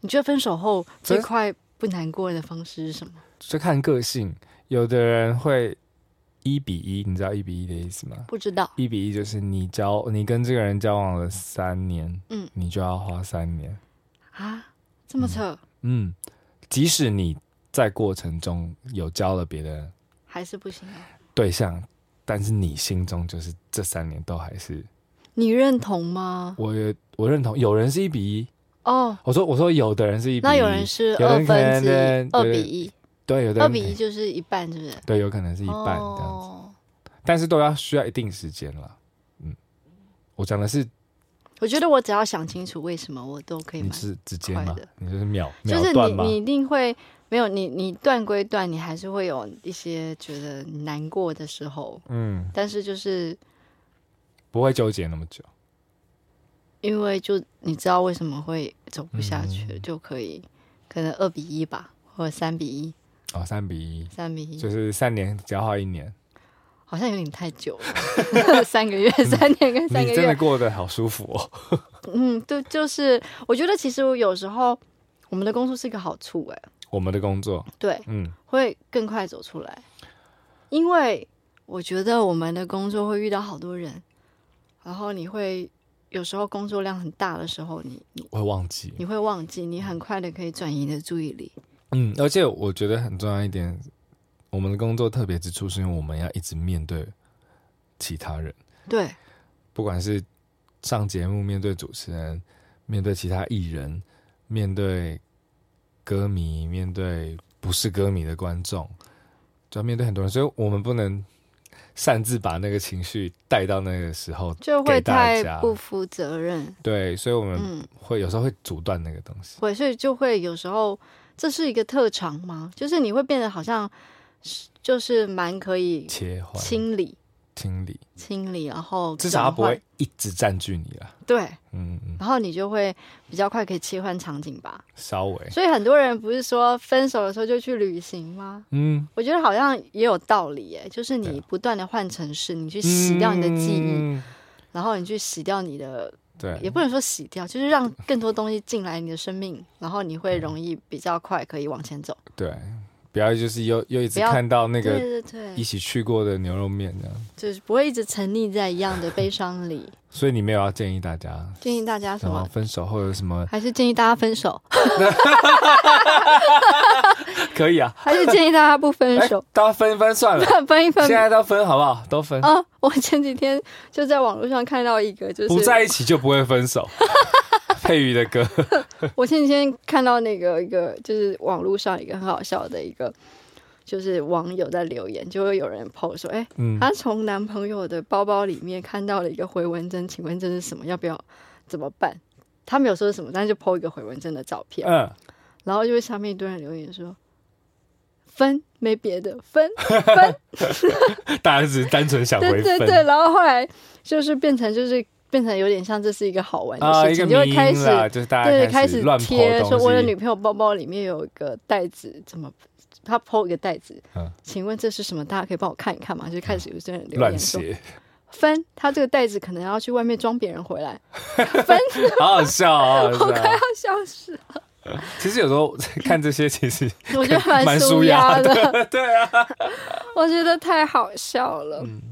Speaker 1: 你觉得分手后最
Speaker 2: 分
Speaker 1: 快不难过的方式是什么？
Speaker 2: 就看个性，有的人会一比一，你知道一比一的意思吗？
Speaker 1: 不知道，
Speaker 2: 一比一就是你交你跟这个人交往了三年，
Speaker 1: 嗯
Speaker 2: 你就要花三年，
Speaker 1: 啊，这么扯，
Speaker 2: 嗯，即使你在过程中有交了别的
Speaker 1: 还是不行啊？
Speaker 2: 对象，但是你心中就是这三年都还是
Speaker 1: 你认同吗？
Speaker 2: 我也我认同，有人是一比一，
Speaker 1: 哦，
Speaker 2: 我说我说有的人是一比一，
Speaker 1: 那有人是
Speaker 2: 有
Speaker 1: 二
Speaker 2: 人可
Speaker 1: 分之
Speaker 2: 能
Speaker 1: 一，二比
Speaker 2: 对
Speaker 1: 一，
Speaker 2: 对，有的
Speaker 1: 二
Speaker 2: 人
Speaker 1: 比一就是一半，是不是？
Speaker 2: 对，有可能是一半这样子，
Speaker 1: 哦，
Speaker 2: 但是都要需要一定时间了，嗯，我讲的是
Speaker 1: 我觉得我只要想清楚为什么，我都可以
Speaker 2: 你
Speaker 1: 买。
Speaker 2: 是直接
Speaker 1: 快
Speaker 2: 吗
Speaker 1: 的？
Speaker 2: 你就是秒秒
Speaker 1: 就是
Speaker 2: 断
Speaker 1: 你，
Speaker 2: 吗？
Speaker 1: 你一定会没有你，你断归断，你还是会有一些觉得难过的时候。
Speaker 2: 嗯，
Speaker 1: 但是就是
Speaker 2: 不会纠结那么久。
Speaker 1: 因为就你知道为什么会走不下去，
Speaker 2: 嗯
Speaker 1: 就可以可能二比一吧，或者三比一、
Speaker 2: 哦，三比一，
Speaker 1: 三比一
Speaker 2: 就，是三年只要花一年，
Speaker 1: 好像有点太久 了，三个月、三年跟三个
Speaker 2: 嗯你真的
Speaker 1: 月，
Speaker 2: 过得好舒服哦。
Speaker 1: 嗯，对，就是我觉得其实有时候我们的工作是一个好处、哎，
Speaker 2: 我们的工作，
Speaker 1: 对，
Speaker 2: 嗯，
Speaker 1: 会更快走出来，因为我觉得我们的工作会遇到好多人，然后你会有时候工作量很大的时候，你你
Speaker 2: 我会忘记。
Speaker 1: 你会忘记，你很快的可以转移你的注意力。
Speaker 2: 嗯，而且我觉得很重要一点，我们的工作特别之处是因为我们要一直面对其他人，
Speaker 1: 对，
Speaker 2: 不管是上节目面对主持人，面对其他艺人，面对歌迷，面对不是歌迷的观众，就要面对很多人，所以我们不能擅自把那个情绪带到那个时候。
Speaker 1: 就会
Speaker 2: 给大
Speaker 1: 太
Speaker 2: 家
Speaker 1: 不负责任，
Speaker 2: 对，所以我们
Speaker 1: 嗯，
Speaker 2: 会有时候会阻断那个东西。
Speaker 1: 会，所以就会有时候这是一个特长吗？就是你会变得好像是就是蛮可以
Speaker 2: 切换，
Speaker 1: 清理，
Speaker 2: 清理，
Speaker 1: 清理，然后
Speaker 2: 至少它
Speaker 1: 转
Speaker 2: 不
Speaker 1: 换
Speaker 2: 会一直占据你了。
Speaker 1: 对，
Speaker 2: 嗯嗯，
Speaker 1: 然后你就会比较快可以切换场景吧。
Speaker 2: 稍微，
Speaker 1: 所以很多人不是说分手的时候就去旅行吗？
Speaker 2: 嗯，
Speaker 1: 我觉得好像也有道理耶，就是
Speaker 2: 对啊
Speaker 1: 你不断的换城市，你去洗掉你的记忆，
Speaker 2: 嗯，
Speaker 1: 然后你去洗掉你的，也
Speaker 2: 对，
Speaker 1: 不能说洗掉，就是让更多东西进来你的生 命，然后你会容易比较快可以往前走。
Speaker 2: 对，不要就是又又一直
Speaker 1: 不要
Speaker 2: 看到那
Speaker 1: 对
Speaker 2: 个
Speaker 1: 对
Speaker 2: 一
Speaker 1: 对，
Speaker 2: 起去过的牛肉面这样，
Speaker 1: 就是不会一直沉溺在一样的悲伤里。
Speaker 2: 所以你没有要建议大家
Speaker 1: 建议大家什
Speaker 2: 什么
Speaker 1: 么？
Speaker 2: 分手后有 什么
Speaker 1: 还是建议大家分手，
Speaker 2: 可以啊？
Speaker 1: 还是建议大家不分
Speaker 2: 哎
Speaker 1: 手，，
Speaker 2: 大家分一分算了，
Speaker 1: 分一 分
Speaker 2: 现。在都分好不好？都分，
Speaker 1: 啊，我前几天就在网络上看到一个，就是
Speaker 2: 不在一起就不会 分手。佩瑜的歌，
Speaker 1: 我前几天看到那个一个，就是网络上一个很好笑的一个，就是网友在留言，就会有人 PO 说，哎、
Speaker 2: 嗯，
Speaker 1: 她从男朋友的包包里面看到了一个回纹针，请问这是什么？要不要怎么办？她没有说是什么，但是就 PO 一个回纹针的照片，
Speaker 2: 嗯，
Speaker 1: 然后就会下面一堆人留言说。分没别的 分分，
Speaker 2: 大家只是单纯想
Speaker 1: 对
Speaker 2: 回
Speaker 1: 对
Speaker 2: 分，
Speaker 1: 对，然后后来就是变成就是变成有点像这是一个好玩的
Speaker 2: 啊，
Speaker 1: 事
Speaker 2: 一
Speaker 1: 情，
Speaker 2: 个
Speaker 1: 就
Speaker 2: 迷
Speaker 1: 会开
Speaker 2: 因
Speaker 1: 始
Speaker 2: 啦，就是大
Speaker 1: 对，
Speaker 2: 家
Speaker 1: 开
Speaker 2: 始
Speaker 1: 始
Speaker 2: 乱
Speaker 1: 贴
Speaker 2: 剖
Speaker 1: 说
Speaker 2: 东西。
Speaker 1: 我的女朋友包包里面有一个袋子，怎么她剖一个袋子？
Speaker 2: 嗯
Speaker 1: 请问这是什么？大家可以帮我看一看吗？就开始有些人留
Speaker 2: 乱
Speaker 1: 言说
Speaker 2: 写，
Speaker 1: 分，她这个袋子可能要去外面装别人回 来，分，
Speaker 2: 好好笑啊！
Speaker 1: 我
Speaker 2: 好好笑
Speaker 1: 快要消失了，
Speaker 2: 其实有时候看这些，其实
Speaker 1: 我 觉得
Speaker 2: 蛮
Speaker 1: 舒
Speaker 2: 舒压
Speaker 1: 的，
Speaker 2: 的，对啊，
Speaker 1: 我觉得太好笑了。
Speaker 2: 嗯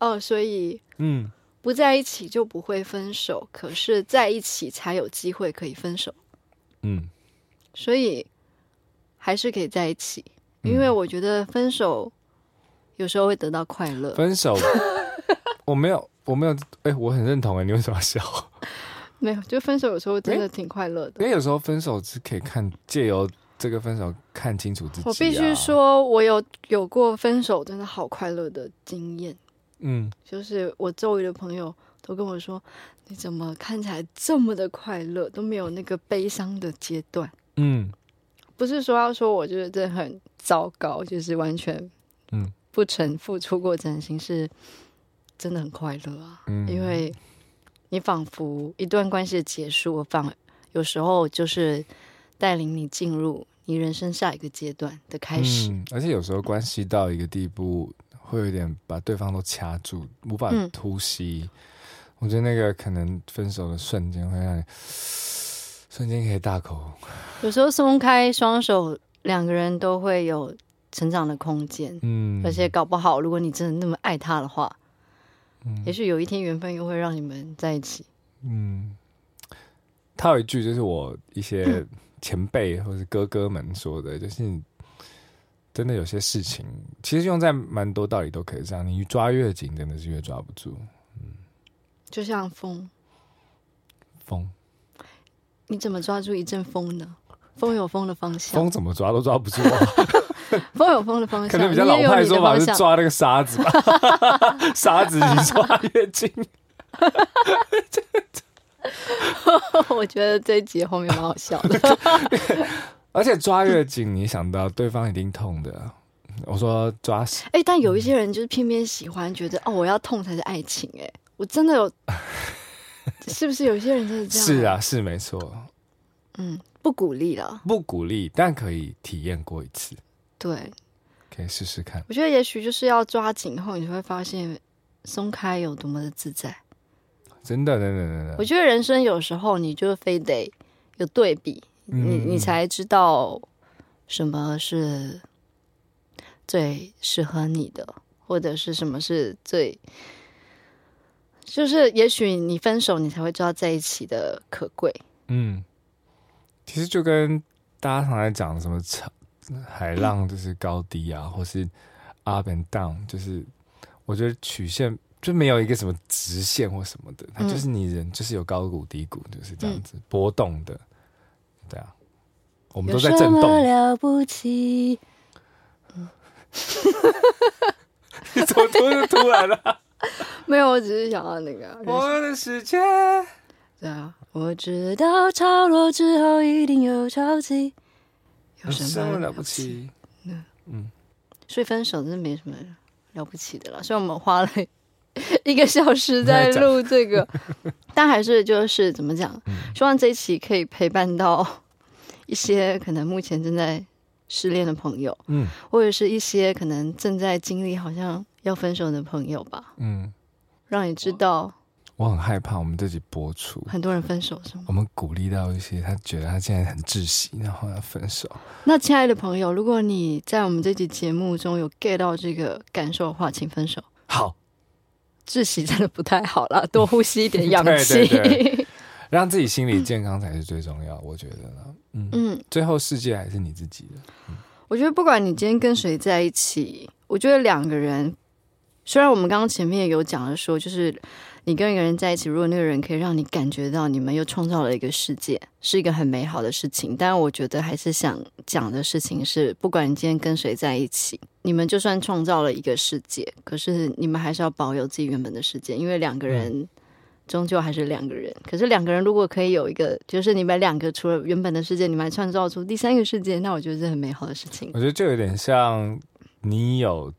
Speaker 1: 哦，所以
Speaker 2: 嗯，
Speaker 1: 不在一起就不会分手，可是在一起才有机会可以分手。
Speaker 2: 嗯，
Speaker 1: 所以还是可以在一起，
Speaker 2: 嗯
Speaker 1: 因为我觉得分手有时候会得到快乐。
Speaker 2: 分手，我没有，我没有，哎、我很认同哎、你为什么要笑？
Speaker 1: 没有，就分手有时候真的挺快乐的。
Speaker 2: 因为有时候分手是可以看借由这个分手看清楚自己、啊
Speaker 1: 我必须，说，我有有过分手真的好快乐的经验，
Speaker 2: 嗯，
Speaker 1: 就是我周围的朋友都跟我说，你怎么看起来这么的快乐，都没有那个悲伤的阶段。
Speaker 2: 嗯
Speaker 1: 不是说要说我就是真的很糟糕，就是完全
Speaker 2: 嗯
Speaker 1: 不曾付出过真心，是真的很快乐啊。
Speaker 2: 嗯，
Speaker 1: 因为你仿佛一段关系的结束，反而有时候就是带领你进入你人生下一个阶段的开始。
Speaker 2: 嗯，而且有时候关系到一个地步，会有点把对方都掐住，无法
Speaker 1: 嗯
Speaker 2: 突袭。我觉得那个可能分手的瞬间会让你瞬间可以大口，
Speaker 1: 有时候松开双手，两个人都会有成长的空间。
Speaker 2: 嗯，
Speaker 1: 而且搞不好，如果你真的那么爱他的话，
Speaker 2: 嗯
Speaker 1: 也许有一天缘分又会让你们在一起。
Speaker 2: 嗯，他有一句就是我一
Speaker 1: 嗯
Speaker 2: 些前辈或是哥哥们说的，就是你真的有些事情，其实用在蛮多道理都可以这样，你抓越紧，真的是越抓不住
Speaker 1: 就像风，
Speaker 2: 风，
Speaker 1: 你怎么抓住一阵风 呢？风有风的方向，
Speaker 2: 风
Speaker 1: 风
Speaker 2: 怎么抓都 抓不住、啊。
Speaker 1: 有风的方向，
Speaker 2: 可能比较老
Speaker 1: 你也有
Speaker 2: 派
Speaker 1: 你的
Speaker 2: 说法
Speaker 1: 方
Speaker 2: 是
Speaker 1: 向。
Speaker 2: 抓那个沙子吧， 沙子你抓越近。
Speaker 1: 我觉得这一集后面蛮好笑的。
Speaker 2: 而且抓越紧，你想到对方一定痛的。我说抓死，
Speaker 1: 哎、但有一些人就是偏偏喜欢，觉得哦，我要痛才是爱情、哎，我真 的有，是不是有些人真的这样？
Speaker 2: 是，啊，是没错，
Speaker 1: 嗯，不鼓励了。
Speaker 2: 不鼓励，但可以体验过一次，
Speaker 1: 对，
Speaker 2: 可以试试看。
Speaker 1: 我觉得也许就是要抓紧后，你就会发现松开有多么的自在。
Speaker 2: 真的，真的，真的
Speaker 1: 我，觉得人生有时候你就非得有对比，你
Speaker 2: 嗯
Speaker 1: 你才知道什么是最适合你的，或者是什么是最，就是也许你分手，你才会知道在一起的可贵。
Speaker 2: 嗯，其实就跟大家常在讲什么潮海浪就是高低啊，或是 up and down，就是我觉得曲线就没有一个什么直线或什么的，它
Speaker 1: 嗯
Speaker 2: 就是你人就是有高谷低谷，就是这样子波动的，对啊，我们
Speaker 1: 有
Speaker 2: 都
Speaker 1: 什
Speaker 2: 在
Speaker 1: 么
Speaker 2: 震 动，
Speaker 1: 了不起？
Speaker 2: 怎么突然突然了、啊
Speaker 1: 没有，我只是想要那个。
Speaker 2: 我的世界，
Speaker 1: 对啊，我知道潮落之后一定有潮起，有
Speaker 2: 有
Speaker 1: 什
Speaker 2: 什
Speaker 1: 么
Speaker 2: 么
Speaker 1: 了
Speaker 2: 了
Speaker 1: 不
Speaker 2: 不
Speaker 1: 起？
Speaker 2: 起？
Speaker 1: 所以分手真的没什么了不起的了。所以我们花了一个小 时在录这个，但还是就是怎么讲，
Speaker 2: 嗯
Speaker 1: 希望这一期可以陪伴到一些可能目前正在失恋的朋友，
Speaker 2: 嗯
Speaker 1: 或者是一些可能正在经历好像要分手的朋友吧，
Speaker 2: 嗯，
Speaker 1: 让你知道
Speaker 2: 我很害怕我们这集播出，
Speaker 1: 很多人分手是吗？
Speaker 2: 我们鼓励到一些他觉得他现在很窒息，然后要分手。
Speaker 1: 那亲爱的朋友，如果你在我们这期节目中有 get 到这个感受的话，请分手。
Speaker 2: 好，
Speaker 1: 窒息真的不太好啦，多呼吸一点氧
Speaker 2: 对
Speaker 1: 气。
Speaker 2: 对让自己心理健康才是最重要，我觉得呢。嗯，
Speaker 1: 嗯，
Speaker 2: 最后世界还是你自己的。
Speaker 1: 我觉得不管你今天跟谁在一起，我觉得两个人，虽然我们刚刚前面有讲了说，就是你跟一个人在一起，如果那个人可以让你感觉到你们又创造了一个世界，是一个很美好的事情。但我觉得还是想讲的事情是，不管你今天跟谁在一起，你们就算创造了一个世界，可是你们还是要保有自己原本的世界，因为两个人。终究还是两个人，可是两个人如果可以有一个，就是你们两个除了原本的世界，你们还创造出第三个世界，那我觉得是很美好的事情。
Speaker 2: 我觉得就有点像你有，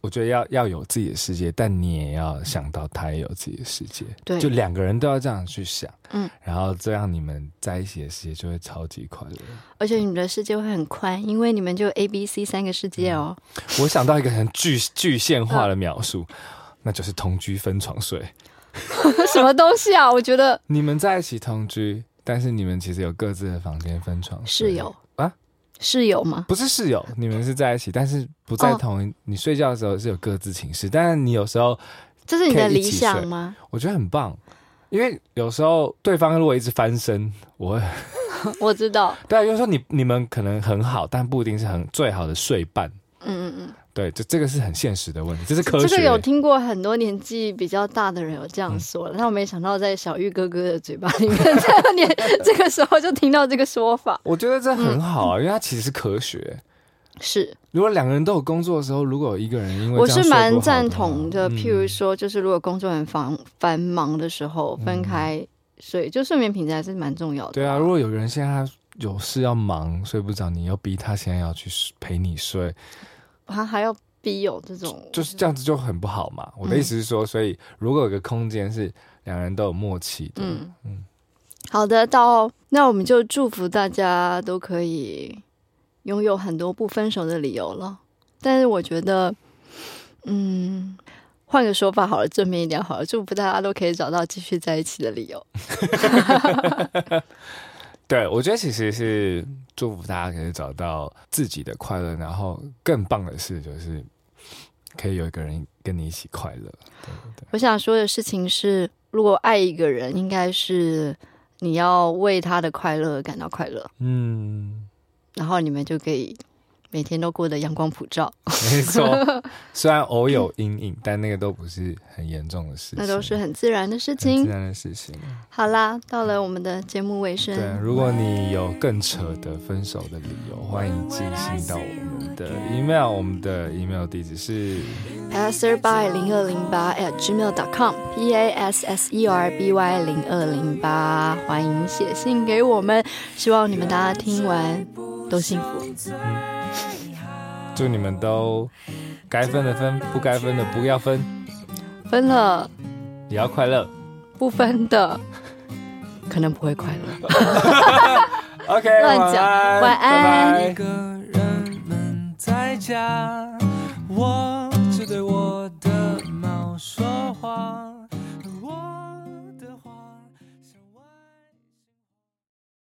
Speaker 2: 我觉得要要有自己的世界，但你也要想到他也有自己的世界。
Speaker 1: 对
Speaker 2: 就两个人都要这样去想，
Speaker 1: 嗯，
Speaker 2: 然后这样你们在一起的世界就会超级快乐。
Speaker 1: 而且你们的世界会很宽，因为你们就 A、B、C 三个世界哦。
Speaker 2: 我想到一个很具具现化的描述，
Speaker 1: 嗯
Speaker 2: 那就是同居分床睡。嗯
Speaker 1: 什么东西啊？我觉 得
Speaker 2: 你们在一起同居，但是你们其实有各自的房间分床睡
Speaker 1: 室友
Speaker 2: 啊，
Speaker 1: 室友吗？
Speaker 2: 不是室 友，你们是在一起，但是不在
Speaker 1: 哦
Speaker 2: 同一。你睡觉的时候是有各自寝室，但是你有时候
Speaker 1: 这是你的
Speaker 2: 可以
Speaker 1: 理
Speaker 2: 一起
Speaker 1: 想
Speaker 2: 睡
Speaker 1: 吗？
Speaker 2: 我觉得很棒，因为有时候对方如果一直翻身，我会
Speaker 1: 我知道，
Speaker 2: 对啊，就是说你你们可能很好，但不一定是很最好的睡伴。
Speaker 1: 嗯嗯
Speaker 2: 对，这这个是很现实的问题，这是 科
Speaker 1: 嗯，
Speaker 2: 学。
Speaker 1: 这个有听过很多年纪比较大的人有这样说了，
Speaker 2: 嗯
Speaker 1: 但我没想到在小玉哥哥的嘴巴里面， 这个年这个时候就听到这个说法，
Speaker 2: 我觉得这很好
Speaker 1: 嗯
Speaker 2: 啊，因为它其实是科学。
Speaker 1: 是。
Speaker 2: 如果两个人都有工作的时候，如果有一个人因为
Speaker 1: 我
Speaker 2: 这样
Speaker 1: 是
Speaker 2: 睡不好
Speaker 1: 蛮
Speaker 2: 的
Speaker 1: 赞
Speaker 2: 话
Speaker 1: 同的，
Speaker 2: 嗯
Speaker 1: 譬如说，就是如果工作很繁繁忙的时候分开，所以就睡眠品质还是蛮重要的。
Speaker 2: 嗯对啊，如果有个人现在他有事要忙睡不着，你又逼他现在要去睡陪你睡，
Speaker 1: 还还要逼有这种，
Speaker 2: 就是这样子就很不好嘛。我的意思是说，
Speaker 1: 嗯
Speaker 2: 所以如果有个空间是两人都有默契的，
Speaker 1: 嗯
Speaker 2: 嗯
Speaker 1: 好的，到那我们就祝福大家都可以拥有很多不分手的理由了。但是我觉得，嗯，换个说法好了，正面一点好了，祝福大家都可以找到继续在一起的理由。
Speaker 2: 对我觉得其实是祝福大家可以找到自己的快乐，然后更棒的是就是可以有一个人跟你一起快乐。
Speaker 1: 我想说的事情是，如果爱一个人，应该是你要为他的快乐感到快乐。
Speaker 2: 嗯，
Speaker 1: 然后你们就可以每天都过得阳光普照，
Speaker 2: 没错，虽然偶有阴影，但那个都不是很严重的事情，
Speaker 1: 那都是很自然的事
Speaker 2: 很自
Speaker 1: 情。
Speaker 2: 然的事情。
Speaker 1: 好啦，到了我们的节目尾
Speaker 2: 对，
Speaker 1: 声，
Speaker 2: 如果你有更扯的分手的理由，欢迎寄信到我们的 email，我们的 email 地址是
Speaker 1: passerby 零二零八 at gmail.com，p a s s e r b y 零二零八，欢迎写信给我们，希望你们大家听完都幸福。
Speaker 2: 祝你们都该分的分，不该分的不要分，
Speaker 1: 分了
Speaker 2: 也要快乐。
Speaker 1: 不分的，可能不会快乐。
Speaker 2: OK，
Speaker 1: 乱讲
Speaker 2: 晚安，
Speaker 1: 晚安
Speaker 2: 拜拜
Speaker 4: 一个人闷在家，我